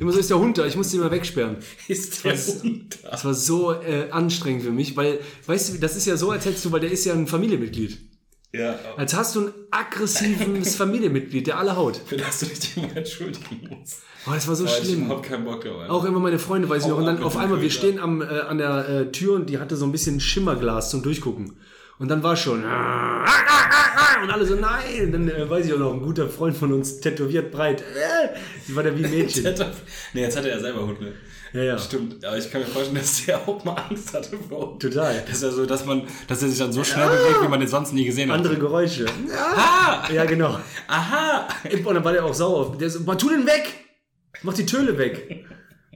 Speaker 1: Immer so ist der Hund da, ich musste ihn mal wegsperren.
Speaker 2: Ist der
Speaker 1: Was?
Speaker 2: unter.
Speaker 1: Das war so äh, anstrengend für mich, weil, weißt du, das ist ja so, als hättest du, weil der ist ja ein Familienmitglied.
Speaker 2: Ja,
Speaker 1: Als hast du ein aggressives Familienmitglied, der alle haut.
Speaker 2: für das du dich immer entschuldigen musst.
Speaker 1: Oh, das war so
Speaker 2: Weil ich
Speaker 1: schlimm.
Speaker 2: überhaupt keinen Bock drauf.
Speaker 1: Auch immer meine Freunde, weiß ich noch. Und dann
Speaker 2: ab
Speaker 1: auf
Speaker 2: mit dem
Speaker 1: einmal, wir
Speaker 2: Köder.
Speaker 1: stehen am, äh, an der äh, Tür und die hatte so ein bisschen Schimmerglas zum Durchgucken. Und dann war schon. ah, und alle so, nein. Dann äh, weiß ich auch noch, ein guter Freund von uns, tätowiert breit. Äh, die war da wie ein Mädchen.
Speaker 2: nee, jetzt hat er ja selber Hunde.
Speaker 1: Ja, ja.
Speaker 2: Stimmt, aber ich kann mir vorstellen, dass der auch mal Angst hatte vor Hunden.
Speaker 1: Total.
Speaker 2: Das ist ja so, dass man, dass er sich dann so schnell bewegt, wie man den sonst nie gesehen hat.
Speaker 1: Andere Geräusche.
Speaker 2: Ah!
Speaker 1: Ja, genau.
Speaker 2: Aha!
Speaker 1: Und dann war der auch sauer. Der so, "Boah, tu den weg! Mach die Töle weg.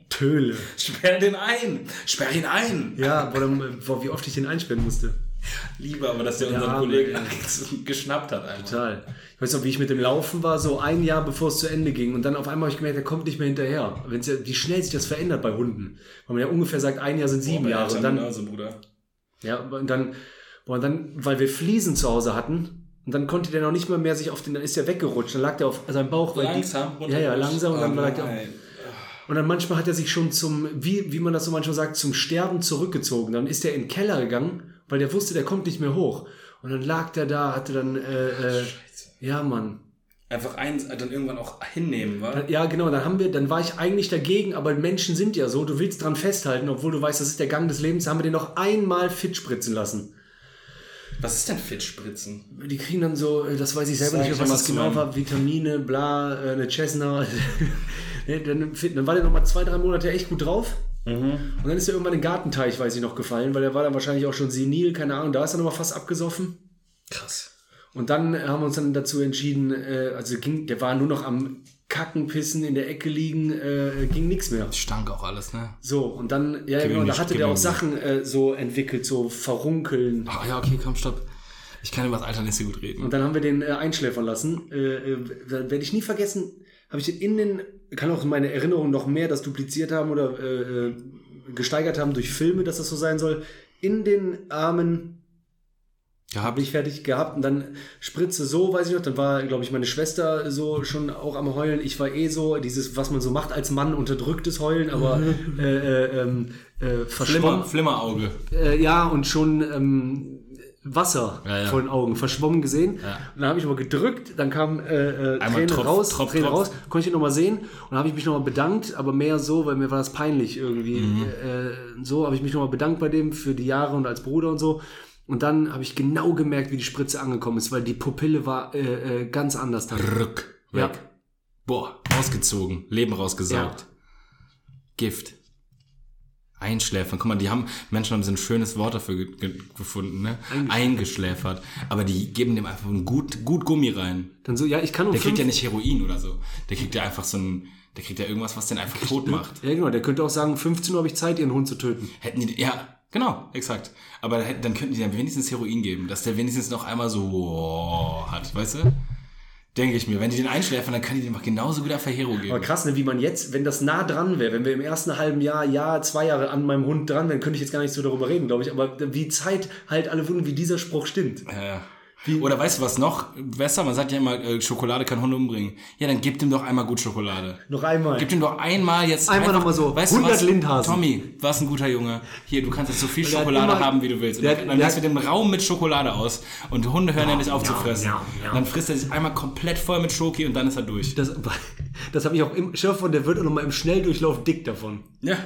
Speaker 1: Töle.
Speaker 2: Sperr den ein! Sperr ihn ein!
Speaker 1: Ja, boah, dann, boah, wie oft ich den einsperren musste.
Speaker 2: Lieber, aber dass der unseren
Speaker 1: Ja,
Speaker 2: Kollegen
Speaker 1: Mann,
Speaker 2: geschnappt hat einfach.
Speaker 1: Total. Ich weiß noch, wie ich mit dem Laufen war, so ein Jahr bevor es zu Ende ging. Und dann auf einmal habe ich gemerkt, der kommt nicht mehr hinterher. Wenn's ja, wie schnell sich das verändert bei Hunden. Weil man ja ungefähr sagt, ein Jahr sind sieben
Speaker 2: Boah,
Speaker 1: Jahre.
Speaker 2: Eltern
Speaker 1: Und dann,
Speaker 2: genauso, Bruder.
Speaker 1: ja, und dann, boah, und dann, weil wir Fliesen zu Hause hatten. Und dann konnte der noch nicht mal mehr sich auf den, dann ist der weggerutscht. Dann lag der auf seinem Bauch. weil die-
Speaker 2: Langsam
Speaker 1: Ja, ja, langsam. Und dann
Speaker 2: oh,
Speaker 1: lag der auf,
Speaker 2: nein.
Speaker 1: Und dann manchmal hat er sich schon zum, wie, wie man das so manchmal sagt, zum Sterben zurückgezogen. Dann ist er in den Keller gegangen, weil der wusste, der kommt nicht mehr hoch. Und dann lag der da, hatte dann, äh, äh,
Speaker 2: Scheiße.
Speaker 1: ja, Mann.
Speaker 2: Einfach eins, äh, dann irgendwann auch hinnehmen, wa?
Speaker 1: Ja, genau, dann haben wir, dann war ich eigentlich dagegen, aber Menschen sind ja so, du willst dran festhalten, obwohl du weißt, das ist der Gang des Lebens, haben wir den noch einmal fit spritzen lassen.
Speaker 2: Was ist denn Fit-Spritzen?
Speaker 1: Die kriegen dann so, äh, das weiß ich selber
Speaker 2: Sag
Speaker 1: nicht,
Speaker 2: ich
Speaker 1: mehr, was
Speaker 2: immer
Speaker 1: das
Speaker 2: zu
Speaker 1: genau
Speaker 2: meinem-
Speaker 1: war, Vitamine, bla, äh, eine Cessna. Ne, dann, fit- dann war der nochmal zwei, drei Monate echt gut drauf.
Speaker 2: Mhm.
Speaker 1: Und dann ist er irgendwann in den Gartenteich, weiß ich noch, gefallen, weil der war dann wahrscheinlich auch schon senil, keine Ahnung, da ist er nochmal fast abgesoffen.
Speaker 2: Krass.
Speaker 1: Und dann haben wir uns dann dazu entschieden, äh, also ging, der war nur noch am Kacken, Pissen, in der Ecke liegen, äh, ging nichts mehr.
Speaker 2: Stank auch alles, ne?
Speaker 1: So, und dann, ja,
Speaker 2: Gewöhnlich,
Speaker 1: genau, da hatte der auch
Speaker 2: gewöhnlich.
Speaker 1: Sachen äh, so entwickelt, so verrunkeln.
Speaker 2: Oh, ja, okay, komm, stopp. Ich kann über das Alter nicht so gut reden.
Speaker 1: Und dann haben wir den äh, einschläfern lassen. Äh, äh, werde ich nie vergessen, habe ich den in den, kann auch meine Erinnerung noch mehr das dupliziert haben oder äh, äh, gesteigert haben durch Filme, dass das so sein soll, in den Armen
Speaker 2: Ja, hab
Speaker 1: habe ich fertig gehabt und dann Spritze so, weiß ich noch, dann war, glaube ich, meine Schwester so schon auch am Heulen. Ich war eh so, dieses, was man so macht als Mann, unterdrücktes Heulen, aber äh, äh, ähm, äh, verschwommen.
Speaker 2: Flimmer, Flimmerauge.
Speaker 1: Äh, ja, und schon ähm, Wasser
Speaker 2: Ja, ja.
Speaker 1: vor den Augen, verschwommen gesehen.
Speaker 2: Ja.
Speaker 1: Und dann habe ich mal gedrückt, dann kam äh, äh, Träne
Speaker 2: Einmal Tropf,
Speaker 1: raus,
Speaker 2: Tropf,
Speaker 1: Träne
Speaker 2: Tropf.
Speaker 1: raus, konnte ich ihn nochmal sehen. Und dann habe ich mich nochmal bedankt, aber mehr so, weil mir war das peinlich irgendwie.
Speaker 2: Mhm.
Speaker 1: Äh, so habe ich mich nochmal bedankt bei dem für die Jahre und als Bruder und so. Und dann habe ich genau gemerkt, wie die Spritze angekommen ist, weil die Pupille war äh, äh, ganz anders dann.
Speaker 2: Rück.
Speaker 1: Ja.
Speaker 2: Weg. Boah, rausgezogen. Leben rausgesaugt. Gift. Einschläfern. Guck mal, die haben, Menschen haben so ein schönes Wort dafür ge ge gefunden, ne? Eingeschläfert. Aber die geben dem einfach einen gut, gut Gummi rein.
Speaker 1: Dann so, ja, ich kann um
Speaker 2: Der kriegt
Speaker 1: fünf,
Speaker 2: ja nicht Heroin oder so. Der kriegt ja einfach so ein, der kriegt ja irgendwas, was den einfach tot macht.
Speaker 1: ja genau, der könnte auch sagen, 15 Uhr habe ich Zeit, ihren Hund zu töten.
Speaker 2: Hätten die, ja, genau, exakt. Aber hätten- dann könnten die dann wenigstens Heroin geben, dass der wenigstens noch einmal so wow, hat, weißt du? Denke ich mir. Wenn die den einschläfern, dann können die dem auch genauso gut einfach Hero
Speaker 1: Aber
Speaker 2: geben.
Speaker 1: krass, ne, wie man jetzt, wenn das nah dran wäre, wenn wir im ersten halben Jahr, Jahr, zwei Jahre an meinem Hund dran, dann könnte ich jetzt gar nicht so darüber reden, glaube ich. Aber wie Zeit halt alle Wunden, wie dieser Spruch stimmt.
Speaker 2: Ja. Oder weißt du was noch besser? Man sagt ja immer, äh, Schokolade kann Hunde umbringen. Ja, dann gib dem doch einmal gut Schokolade.
Speaker 1: Noch einmal.
Speaker 2: Gib ihm doch einmal jetzt
Speaker 1: Einfach noch mal so,
Speaker 2: Weißt
Speaker 1: 100
Speaker 2: du was?
Speaker 1: Lindhasen.
Speaker 2: Tommy, warst ein guter Junge. Hier, du kannst jetzt so viel
Speaker 1: der hat
Speaker 2: Schokolade
Speaker 1: immer-
Speaker 2: haben, wie du willst. Und
Speaker 1: der
Speaker 2: dann
Speaker 1: hat-
Speaker 2: dann
Speaker 1: der
Speaker 2: lässt du den Raum mit Schokolade aus und Hunde hören ja nicht auf zu fressen.
Speaker 1: ja, ja.
Speaker 2: Dann frisst er sich einmal komplett voll mit Schoki und dann ist er durch.
Speaker 1: Das, das habe ich auch im Chef von der wird auch nochmal im Schnelldurchlauf dick davon.
Speaker 2: Ja,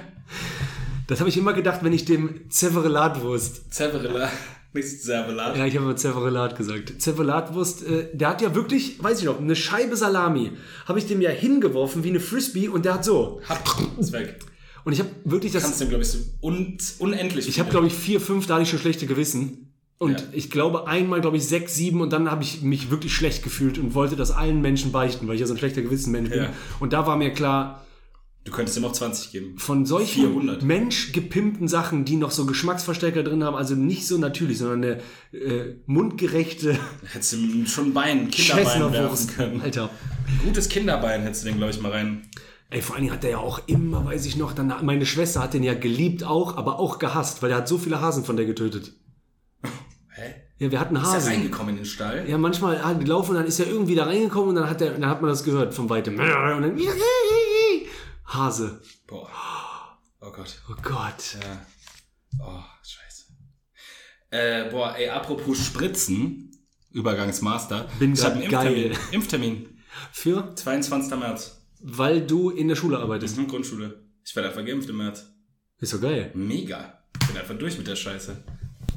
Speaker 1: Das habe ich immer gedacht, wenn ich dem Zeverelatwurst.
Speaker 2: Zerberilla. Nichts Zerberilla.
Speaker 1: Ja, ich habe immer Zeverelat gesagt. Zeverelatwurst, äh, der hat ja wirklich, weiß ich noch, eine Scheibe Salami. Habe ich dem ja hingeworfen wie eine Frisbee und der hat so.
Speaker 2: Hab, ist weg.
Speaker 1: Und ich habe wirklich das.
Speaker 2: Kannst du, glaube ich, so un unendlich.
Speaker 1: Ich habe, glaube ich, vier, fünf, da hatte ich schon schlechte Gewissen. Und
Speaker 2: Ja.
Speaker 1: ich glaube, einmal, glaube ich, sechs, sieben und dann habe ich mich wirklich schlecht gefühlt und wollte das allen Menschen beichten, weil ich ja so ein schlechter Gewissenmensch bin.
Speaker 2: Ja.
Speaker 1: Und da war mir klar,
Speaker 2: du könntest ihm auch 20 geben.
Speaker 1: von solchen
Speaker 2: 400.
Speaker 1: menschgepimpten Sachen, die noch so Geschmacksverstärker drin haben, also nicht so natürlich, sondern eine äh, mundgerechte
Speaker 2: Hättest du ihm schon ein Bein, Kinderbein werfen
Speaker 1: Scheißnerwurst.
Speaker 2: können.
Speaker 1: Alter.
Speaker 2: Gutes Kinderbein hättest du den, glaube ich, mal rein.
Speaker 1: Ey, vor allen Dingen hat er ja auch immer, weiß ich noch, dann, meine Schwester hat den ja geliebt auch, aber auch gehasst, weil er hat so viele Hasen von der getötet.
Speaker 2: Hä?
Speaker 1: Ja, wir hatten
Speaker 2: Ist er
Speaker 1: Hasen.
Speaker 2: reingekommen in den Stall?
Speaker 1: Ah, Ja, manchmal ah, die laufen, dann ist er irgendwie da reingekommen und dann hat, der, dann hat man das gehört von weitem. Und dann Hase.
Speaker 2: Boah. Oh Gott.
Speaker 1: Oh Gott.
Speaker 2: Ja. Oh, scheiße. Äh, boah, ey, apropos Spritzen, Übergangsmaster.
Speaker 1: Bin
Speaker 2: ich hab
Speaker 1: grad
Speaker 2: einen
Speaker 1: geil.
Speaker 2: Impftermin. Impftermin.
Speaker 1: Für?
Speaker 2: 22. März.
Speaker 1: Weil du in der Schule arbeitest.
Speaker 2: Das ist eine Grundschule. Ich werde einfach geimpft im März.
Speaker 1: Ist doch geil.
Speaker 2: Mega. Ich bin einfach durch mit der Scheiße.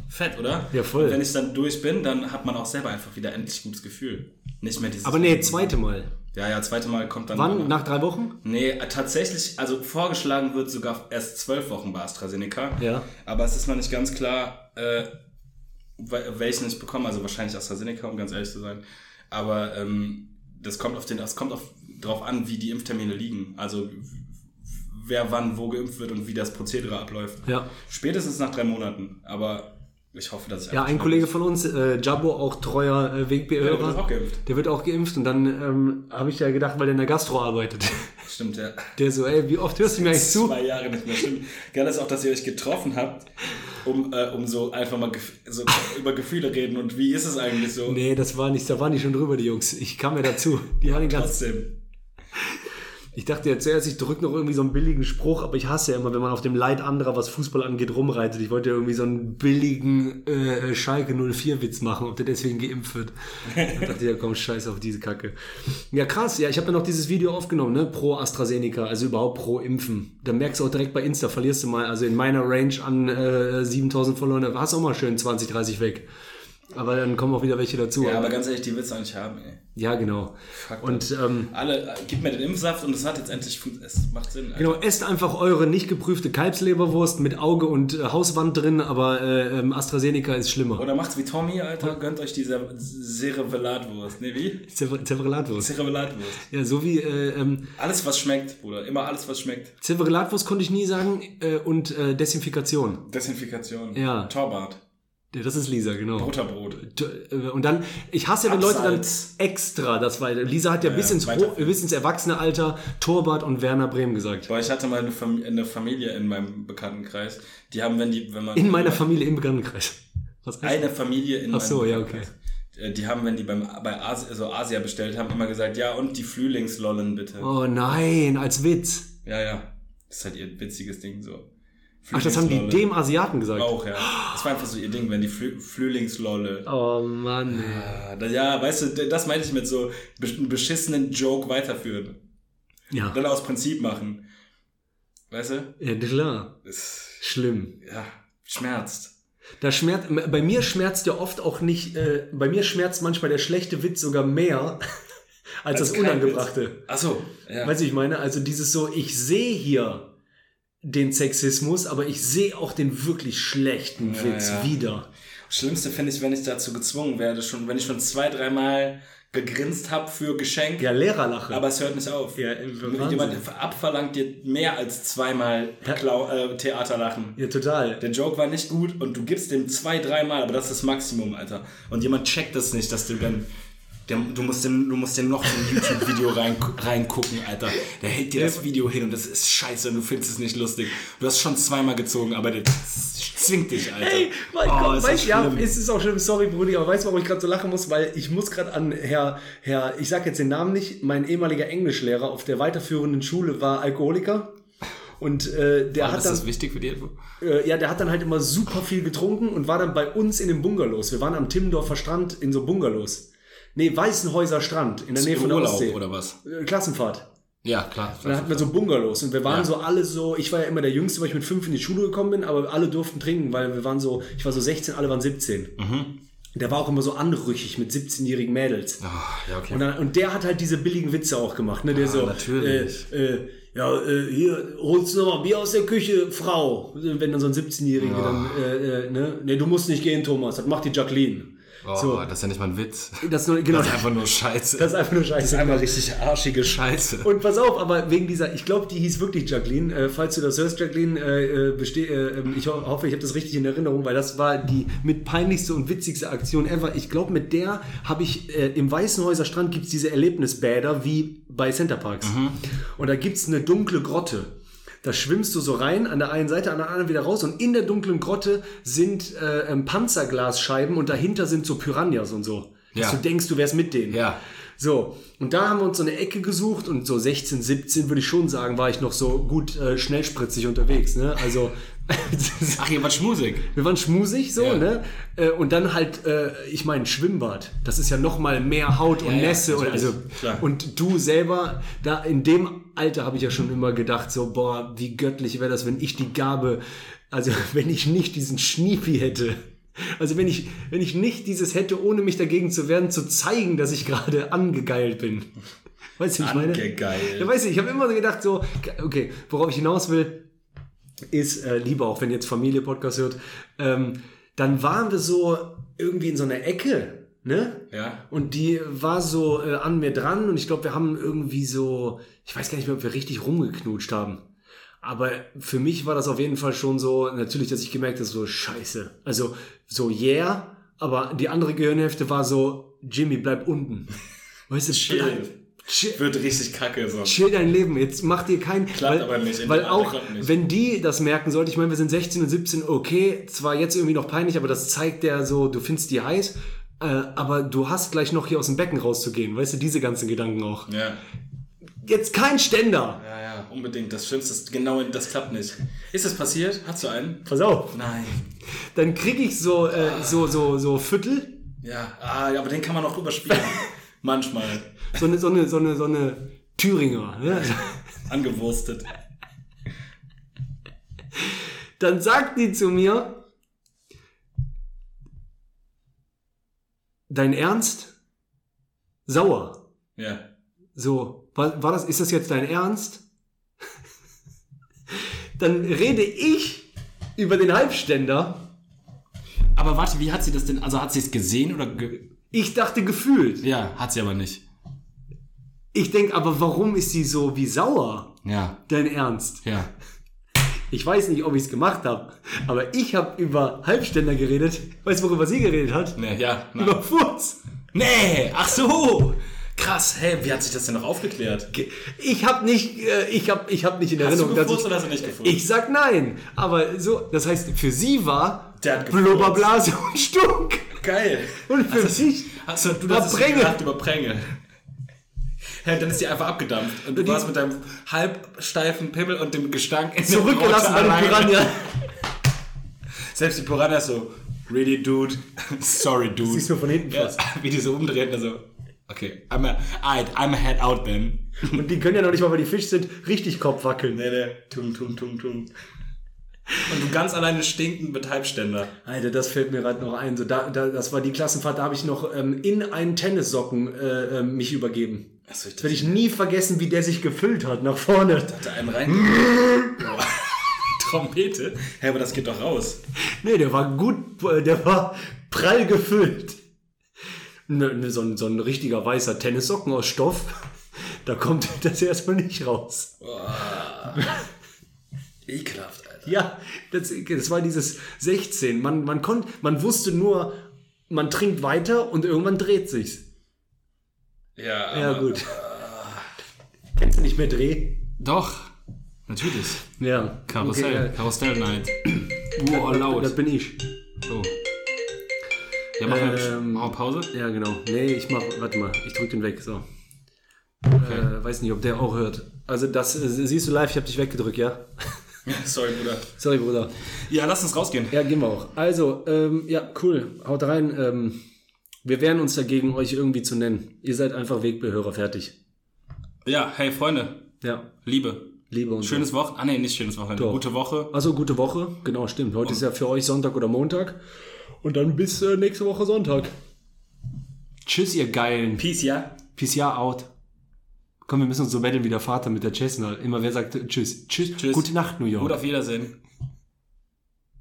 Speaker 2: Fett, oder?
Speaker 1: Ja, voll.
Speaker 2: Und wenn ich dann durch bin, dann hat man auch selber einfach wieder endlich gutes Gefühl. Nicht mehr dieses.
Speaker 1: Aber nee, zweite Mal.
Speaker 2: Ja, ja, zweite Mal kommt dann.
Speaker 1: Wann? Nach drei Wochen?
Speaker 2: Nee, tatsächlich, also vorgeschlagen wird sogar erst zwölf Wochen bei AstraZeneca.
Speaker 1: Ja.
Speaker 2: Aber es ist noch nicht ganz klar, äh, wel- welchen ich bekomme. Also wahrscheinlich AstraZeneca, um ganz ehrlich zu sein. Aber ähm, das kommt auf den, das kommt auf, drauf an, wie die Impftermine liegen. Also w- wer wann wo geimpft wird und wie das Prozedere abläuft.
Speaker 1: Ja.
Speaker 2: Spätestens nach drei Monaten. Aber ich hoffe, dass ich
Speaker 1: Ja,
Speaker 2: einfach
Speaker 1: ein
Speaker 2: schnell-
Speaker 1: Kollege von uns, äh, Jabbo, auch treuer äh,
Speaker 2: Ja, der wird
Speaker 1: WGB-Hörer,
Speaker 2: auch geimpft.
Speaker 1: der wird auch geimpft. Und dann ähm, habe ich ja gedacht, weil der in der Gastro arbeitet.
Speaker 2: Stimmt, ja.
Speaker 1: Der so, ey, wie oft hörst du mir eigentlich zu?
Speaker 2: Zwei Jahre nicht mehr. Stimmt. Geil ist auch, dass ihr euch getroffen habt, um, äh, um so einfach mal gef so über Gefühle reden und wie ist es eigentlich so?
Speaker 1: Nee, das war nicht, da waren die schon drüber, die Jungs. Ich kam ja dazu. Die waren den ganzen
Speaker 2: Trotzdem.
Speaker 1: Ich dachte ja zuerst, ich drücke noch irgendwie so einen billigen Spruch, aber ich hasse ja immer, wenn man auf dem Leid anderer, was Fußball angeht, rumreitet. Ich wollte ja irgendwie so einen billigen äh, Schalke 04-Witz machen, ob der deswegen geimpft wird. Da dachte ich, ja komm, scheiß auf diese Kacke. Ja, krass. Ja, ich habe ja noch dieses Video aufgenommen, ne? Pro AstraZeneca, also überhaupt pro Impfen. Da merkst du auch direkt bei Insta, verlierst du mal, also in meiner Range an äh, 7000 Follower, da warst du auch mal schön 20, 30 weg. Aber dann kommen auch wieder welche dazu.
Speaker 2: Ja, aber ganz ehrlich, die willst du eigentlich haben, ey.
Speaker 1: ja genau. Und ähm,
Speaker 2: Alle, äh, gib mir den Impfsaft und es hat jetzt endlich, fun- es macht Sinn. Alter.
Speaker 1: Genau, esst einfach eure nicht geprüfte Kalbsleberwurst mit Auge und äh, Hauswand drin, aber äh, ähm, AstraZeneca ist schlimmer.
Speaker 2: Oder macht's wie Tommy, Alter, gönnt euch diese Cerevelatwurst. Ne, wie?
Speaker 1: Zev- Zeverellatwurst.
Speaker 2: Cerevelatwurst.
Speaker 1: Ja, so wie äh, ähm,
Speaker 2: Alles, was schmeckt, Bruder. Immer alles, was schmeckt.
Speaker 1: Zeverellatwurst konnte ich nie sagen äh, und äh, Desinfikation.
Speaker 2: Desinfikation.
Speaker 1: Ja.
Speaker 2: Torbart.
Speaker 1: Ja, das ist Lisa, genau.
Speaker 2: Butterbrot.
Speaker 1: T- äh, Und dann, ich hasse ja, wenn Leute dann
Speaker 2: Abseits.
Speaker 1: extra das, weil Lisa hat ja, bis, ins
Speaker 2: weiter.
Speaker 1: Ho- bis ins Erwachsenealter Torbart und Werner Brehm gesagt.
Speaker 2: Boah, ich hatte mal eine, Fam eine Familie in meinem Bekanntenkreis. Die haben, wenn die, wenn man.
Speaker 1: In meiner Familie im Bekanntenkreis. Was heißt
Speaker 2: Eine Familie in
Speaker 1: Ach so,
Speaker 2: meinem
Speaker 1: ja,
Speaker 2: Bekanntenkreis. Äh, Die haben, wenn die beim, bei Asi also Asia bestellt haben, immer gesagt, ja, und die Flühlingslollen bitte.
Speaker 1: Oh nein, als Witz.
Speaker 2: Ja, ja. Das ist halt ihr witziges Ding so.
Speaker 1: Ach, das haben die
Speaker 2: Flühlingslollen.
Speaker 1: dem Asiaten gesagt.
Speaker 2: Auch, ja. Das war einfach so ihr Ding, wenn die Flü Flühlingslolle.
Speaker 1: Oh Mann, ey.
Speaker 2: Ah, da- Ja, weißt du, d- das meinte ich mit so besch- einen beschissenen Joke weiterführen.
Speaker 1: Ja,
Speaker 2: Dann aus Prinzip machen. Weißt du?
Speaker 1: ja klar.
Speaker 2: Das,
Speaker 1: Schlimm.
Speaker 2: ja, schmerzt.
Speaker 1: Da schmerzt, bei mir schmerzt ja oft auch nicht, äh, bei mir schmerzt manchmal der schlechte Witz sogar mehr als, das
Speaker 2: Also kein
Speaker 1: Unangebrachte.
Speaker 2: Witz. Ach so, ja.
Speaker 1: Weißt du, ich meine, also dieses so, ich sehe hier den Sexismus, aber ich sehe auch den wirklich schlechten
Speaker 2: Ja,
Speaker 1: Witz
Speaker 2: ja.
Speaker 1: wieder.
Speaker 2: Schlimmste finde ich, wenn ich dazu gezwungen werde, schon, wenn ich schon zwei, dreimal gegrinst habe für Geschenk,
Speaker 1: Ja, Lehrerlache.
Speaker 2: aber es hört nicht auf.
Speaker 1: Ja, Wahnsinn.
Speaker 2: Jemand abverlangt dir mehr als zweimal Klau äh, Theaterlachen.
Speaker 1: ja, total.
Speaker 2: Der Joke war nicht gut und du gibst dem zwei, dreimal, aber das ist das Maximum, Alter. Und jemand checkt das nicht, dass du dann. Der, du, musst dem, du musst dem noch so ein YouTube-Video rein, reingucken, Alter. Der hält dir das Video hin und das ist scheiße und du findest es nicht lustig. Du hast schon zweimal gezogen, aber der zwingt dich, Alter.
Speaker 1: Ey, mein
Speaker 2: Oh,
Speaker 1: Gott,
Speaker 2: ist das
Speaker 1: weißt, ja,
Speaker 2: schlimm.
Speaker 1: es ist auch schlimm, sorry, Brudi, aber weißt du, warum ich gerade so lachen muss? Weil ich muss gerade an Herr, Herr, ich sag jetzt den Namen nicht, mein ehemaliger Englischlehrer auf der weiterführenden Schule war Alkoholiker. Und äh, der hat
Speaker 2: Ist
Speaker 1: dann,
Speaker 2: das wichtig für die Info?
Speaker 1: äh, ja, der hat dann halt immer super viel getrunken und war dann bei uns in den Bungalows. Wir waren am Timmendorfer Strand in so Bungalows. Nee, Weißenhäuser Strand in der Nähe von der
Speaker 2: Urlaub
Speaker 1: Ostsee.
Speaker 2: oder was?
Speaker 1: Äh, Klassenfahrt.
Speaker 2: Ja, klar.
Speaker 1: Und dann hatten wir so Bungalows und wir waren
Speaker 2: Ja.
Speaker 1: so alle so, ich war ja immer der Jüngste, weil ich mit fünf in die Schule gekommen bin, aber alle durften trinken, weil wir waren so, ich war so 16, alle waren 17. Der war auch immer so anrüchig mit 17-jährigen Mädels.
Speaker 2: Ah, Mhm. ja, okay.
Speaker 1: Und, dann, und der hat halt diese billigen Witze auch gemacht, ne? Der so,
Speaker 2: natürlich.
Speaker 1: Äh, äh, ja, äh, hier, holst du nochmal Bier aus der Küche, Frau. Wenn dann so ein 17-Jähriger dann, äh, äh, ne? Nee, du musst nicht gehen, Thomas, das macht die Jacqueline.
Speaker 2: Oh,
Speaker 1: so.
Speaker 2: Das ist ja nicht mal ein Witz.
Speaker 1: Das ist, nur, genau,
Speaker 2: Das ist einfach nur Scheiße.
Speaker 1: das ist einfach nur scheiße.
Speaker 2: einmal richtig arschige Scheiße.
Speaker 1: Und pass auf, aber wegen dieser, ich glaube, die hieß wirklich Jacqueline. Äh, falls du das hörst, Jacqueline, äh, äh, besteh, äh, ähm, ich ho hoffe, ich habe das richtig in Erinnerung, weil das war die mit peinlichste und witzigste Aktion ever. Ich glaube, mit der habe ich, äh, im Weißenhäuser Strand gibt's diese Erlebnisbäder wie bei Centerparks.
Speaker 2: Mhm.
Speaker 1: Und da gibt's eine dunkle Grotte. Da schwimmst du so rein, an der einen Seite, an der anderen wieder raus und in der dunklen Grotte sind äh, ähm, Panzerglasscheiben und dahinter sind so Piranhas und so. Dass
Speaker 2: Ja.
Speaker 1: du denkst, du wärst mit denen.
Speaker 2: Ja.
Speaker 1: So, und da haben wir uns so eine Ecke gesucht und so 16, 17 würde ich schon sagen, war ich noch so gut äh, schnellspritzig unterwegs. Ne? Also
Speaker 2: Ach, ihr wart schmusig.
Speaker 1: wir waren schmusig so,
Speaker 2: Ja.
Speaker 1: ne? Äh, und dann halt, äh, ich meine, Schwimmbad, das ist ja noch mal mehr Haut und
Speaker 2: Ja, ja,
Speaker 1: Nässe. und, also,
Speaker 2: natürlich, klar.
Speaker 1: und du selber, da in dem Alter habe ich ja schon immer gedacht, so, boah, wie göttlich wäre das, wenn ich die Gabe, also wenn ich nicht diesen Schniepi hätte. Also wenn ich, wenn ich nicht dieses hätte, ohne mich dagegen zu wehren, zu zeigen, dass ich gerade angegeilt bin. Weißt du, wie ich meine?
Speaker 2: Angegeilt.
Speaker 1: Ja, weißt du, ich habe immer so gedacht, so, okay, worauf ich hinaus will, ist, äh, lieber auch wenn jetzt Familie Podcast hört, ähm, dann waren wir so irgendwie in so einer Ecke, ne?
Speaker 2: Ja.
Speaker 1: Und die war so äh, an mir dran und ich glaube, wir haben irgendwie so, ich weiß gar nicht mehr, ob wir richtig rumgeknutscht haben. Aber für mich war das auf jeden Fall schon so, natürlich, dass ich gemerkt habe, so scheiße. Also so yeah, aber die andere Gehirnhälfte war so, Jimmy, bleib unten. Weißt du,
Speaker 2: Chill.
Speaker 1: bleib, chill,
Speaker 2: Wird richtig kacke so.
Speaker 1: chill dein Leben, jetzt mach dir keinen... Klappt
Speaker 2: aber nicht,
Speaker 1: Weil
Speaker 2: der
Speaker 1: auch,
Speaker 2: klappt nicht.
Speaker 1: wenn die das merken sollten, ich meine, wir sind 16 und 17, okay, zwar jetzt irgendwie noch peinlich, aber das zeigt ja so, du findest die heiß, äh, aber du hast gleich noch hier aus dem Becken rauszugehen, weißt du, diese ganzen Gedanken auch.
Speaker 2: Ja.
Speaker 1: Jetzt kein Ständer!
Speaker 2: Ja, ja, unbedingt. Das Schlimmste ist genau, das klappt nicht. Ist das passiert? Hast du einen?
Speaker 1: Pass auf!
Speaker 2: Nein.
Speaker 1: Dann krieg ich so, äh, so, so, so Viertel,
Speaker 2: Ja, ah, ja, aber den kann man auch rüberspielen. Manchmal.
Speaker 1: so eine, so eine, so eine, so eine Thüringer. Ne?
Speaker 2: Angewurstet.
Speaker 1: Dann sagt die zu mir, dein Ernst? Sauer.
Speaker 2: Ja.
Speaker 1: So, war, war das, ist das jetzt dein Ernst? Dann rede ich über den Halbständer.
Speaker 2: Aber warte, wie hat sie das denn? Also hat sie es gesehen oder. Ge
Speaker 1: Ich dachte gefühlt.
Speaker 2: ja, hat sie aber nicht.
Speaker 1: Ich denk, aber warum ist sie so wie sauer?
Speaker 2: Ja,
Speaker 1: Dein Ernst?
Speaker 2: ja.
Speaker 1: Ich weiß nicht, ob ich's gemacht habe, aber ich habe über Halbständer geredet. Weißt du, worüber sie geredet hat?
Speaker 2: Nee, ja. nein.
Speaker 1: Über Furz.
Speaker 2: Nee, ach so. Krass, hä, wie hat sich das denn noch aufgeklärt?
Speaker 1: Ge- Ich habe nicht, äh, ich habe, ich habe nicht in
Speaker 2: Hast du
Speaker 1: Erinnerung, dass
Speaker 2: gefurzt
Speaker 1: ich,
Speaker 2: oder hast du nicht gefurzt?
Speaker 1: ich sag nein. Aber so, das heißt, für sie war
Speaker 2: Der hat gefurzt. Also,
Speaker 1: Blubberblase und Stunk.
Speaker 2: Geil.
Speaker 1: Und für mich
Speaker 2: Hast du, du hast es
Speaker 1: Pränge.
Speaker 2: gedacht über Pränge. Hä, dann ist die einfach abgedampft. Und du
Speaker 1: Die-
Speaker 2: warst mit deinem halbsteifen Pimmel und dem Gestank in der
Speaker 1: zurückgelassen
Speaker 2: Grotte
Speaker 1: an den
Speaker 2: alleine.
Speaker 1: Piranha.
Speaker 2: Selbst die Piranha ist so, really dude, sorry dude.
Speaker 1: Siehst du von hinten
Speaker 2: ja,
Speaker 1: fast.
Speaker 2: Wie die so umdrehen, also, okay, I'm a, I'd, I'm a head out then.
Speaker 1: Und die können ja noch nicht mal, weil die Fisch sind, richtig Kopf wackeln.
Speaker 2: Nee, nee. Tum, tum, tum, tum. Und du ganz alleine stinkend mit Halbständer.
Speaker 1: Alter, das fällt mir gerade noch ein. So, da, da, das war die Klassenfahrt, da habe ich noch ähm, in einen Tennissocken äh, ähm, mich übergeben.
Speaker 2: Achso, ich
Speaker 1: Werde ich nie vergessen, wie der sich gefüllt hat nach vorne.
Speaker 2: dachte einen rein. Trompete? Hä, aber das geht doch raus.
Speaker 1: Nee, der war gut, äh, der war prall gefüllt. Ne, ne, so, ein, so ein richtiger weißer Tennissocken aus Stoff, da kommt das erstmal nicht raus.
Speaker 2: Ekelhaft, Alter.
Speaker 1: Ja, das, das war dieses 16. Man, man, konnt, man wusste nur, man trinkt weiter und irgendwann dreht sich's.
Speaker 2: Ja, aber äh,
Speaker 1: Ja, gut. Kennst du nicht mehr Dreh?
Speaker 2: Doch, natürlich.
Speaker 1: Ja.
Speaker 2: Karussell,
Speaker 1: Okay,
Speaker 2: Karussell Night.
Speaker 1: ja.
Speaker 2: Wow,
Speaker 1: Das
Speaker 2: laut.
Speaker 1: bin ich.
Speaker 2: So. Ja, machen wir
Speaker 1: Ähm,
Speaker 2: machen wir Pause?
Speaker 1: Ja, genau. Nee, ich mach, warte mal, ich drück den weg, so. Äh, weiß nicht, ob der auch hört. Also das äh, siehst du live, ich habe dich weggedrückt, ja?
Speaker 2: Sorry, Bruder.
Speaker 1: Sorry, Bruder.
Speaker 2: Ja, lass uns rausgehen.
Speaker 1: Ja, gehen wir auch. Also, ähm, ja, cool. Haut rein. Ähm, wir wehren uns dagegen, euch irgendwie zu nennen. Ihr seid einfach Wegbehörer, fertig.
Speaker 2: Ja, hey, Freunde.
Speaker 1: Ja,
Speaker 2: Liebe.
Speaker 1: Liebe und
Speaker 2: Schönes Wochenende. Ah, nee, nicht schönes Wochenende.
Speaker 1: Doch.
Speaker 2: Gute Woche.
Speaker 1: Also gute Woche, genau, stimmt. Heute ist ja für euch Sonntag oder Montag. Und dann bis äh, nächste Woche Sonntag. Tschüss, ihr Geilen.
Speaker 2: Peace, ja.
Speaker 1: Peace ja out. Komm, wir müssen uns so betteln wie der Vater mit der Chessner. Immer wer sagt äh, Tschüss. Tschüss.
Speaker 2: Tschüss.
Speaker 1: Gute Nacht, New York.
Speaker 2: Gut auf Wiedersehen.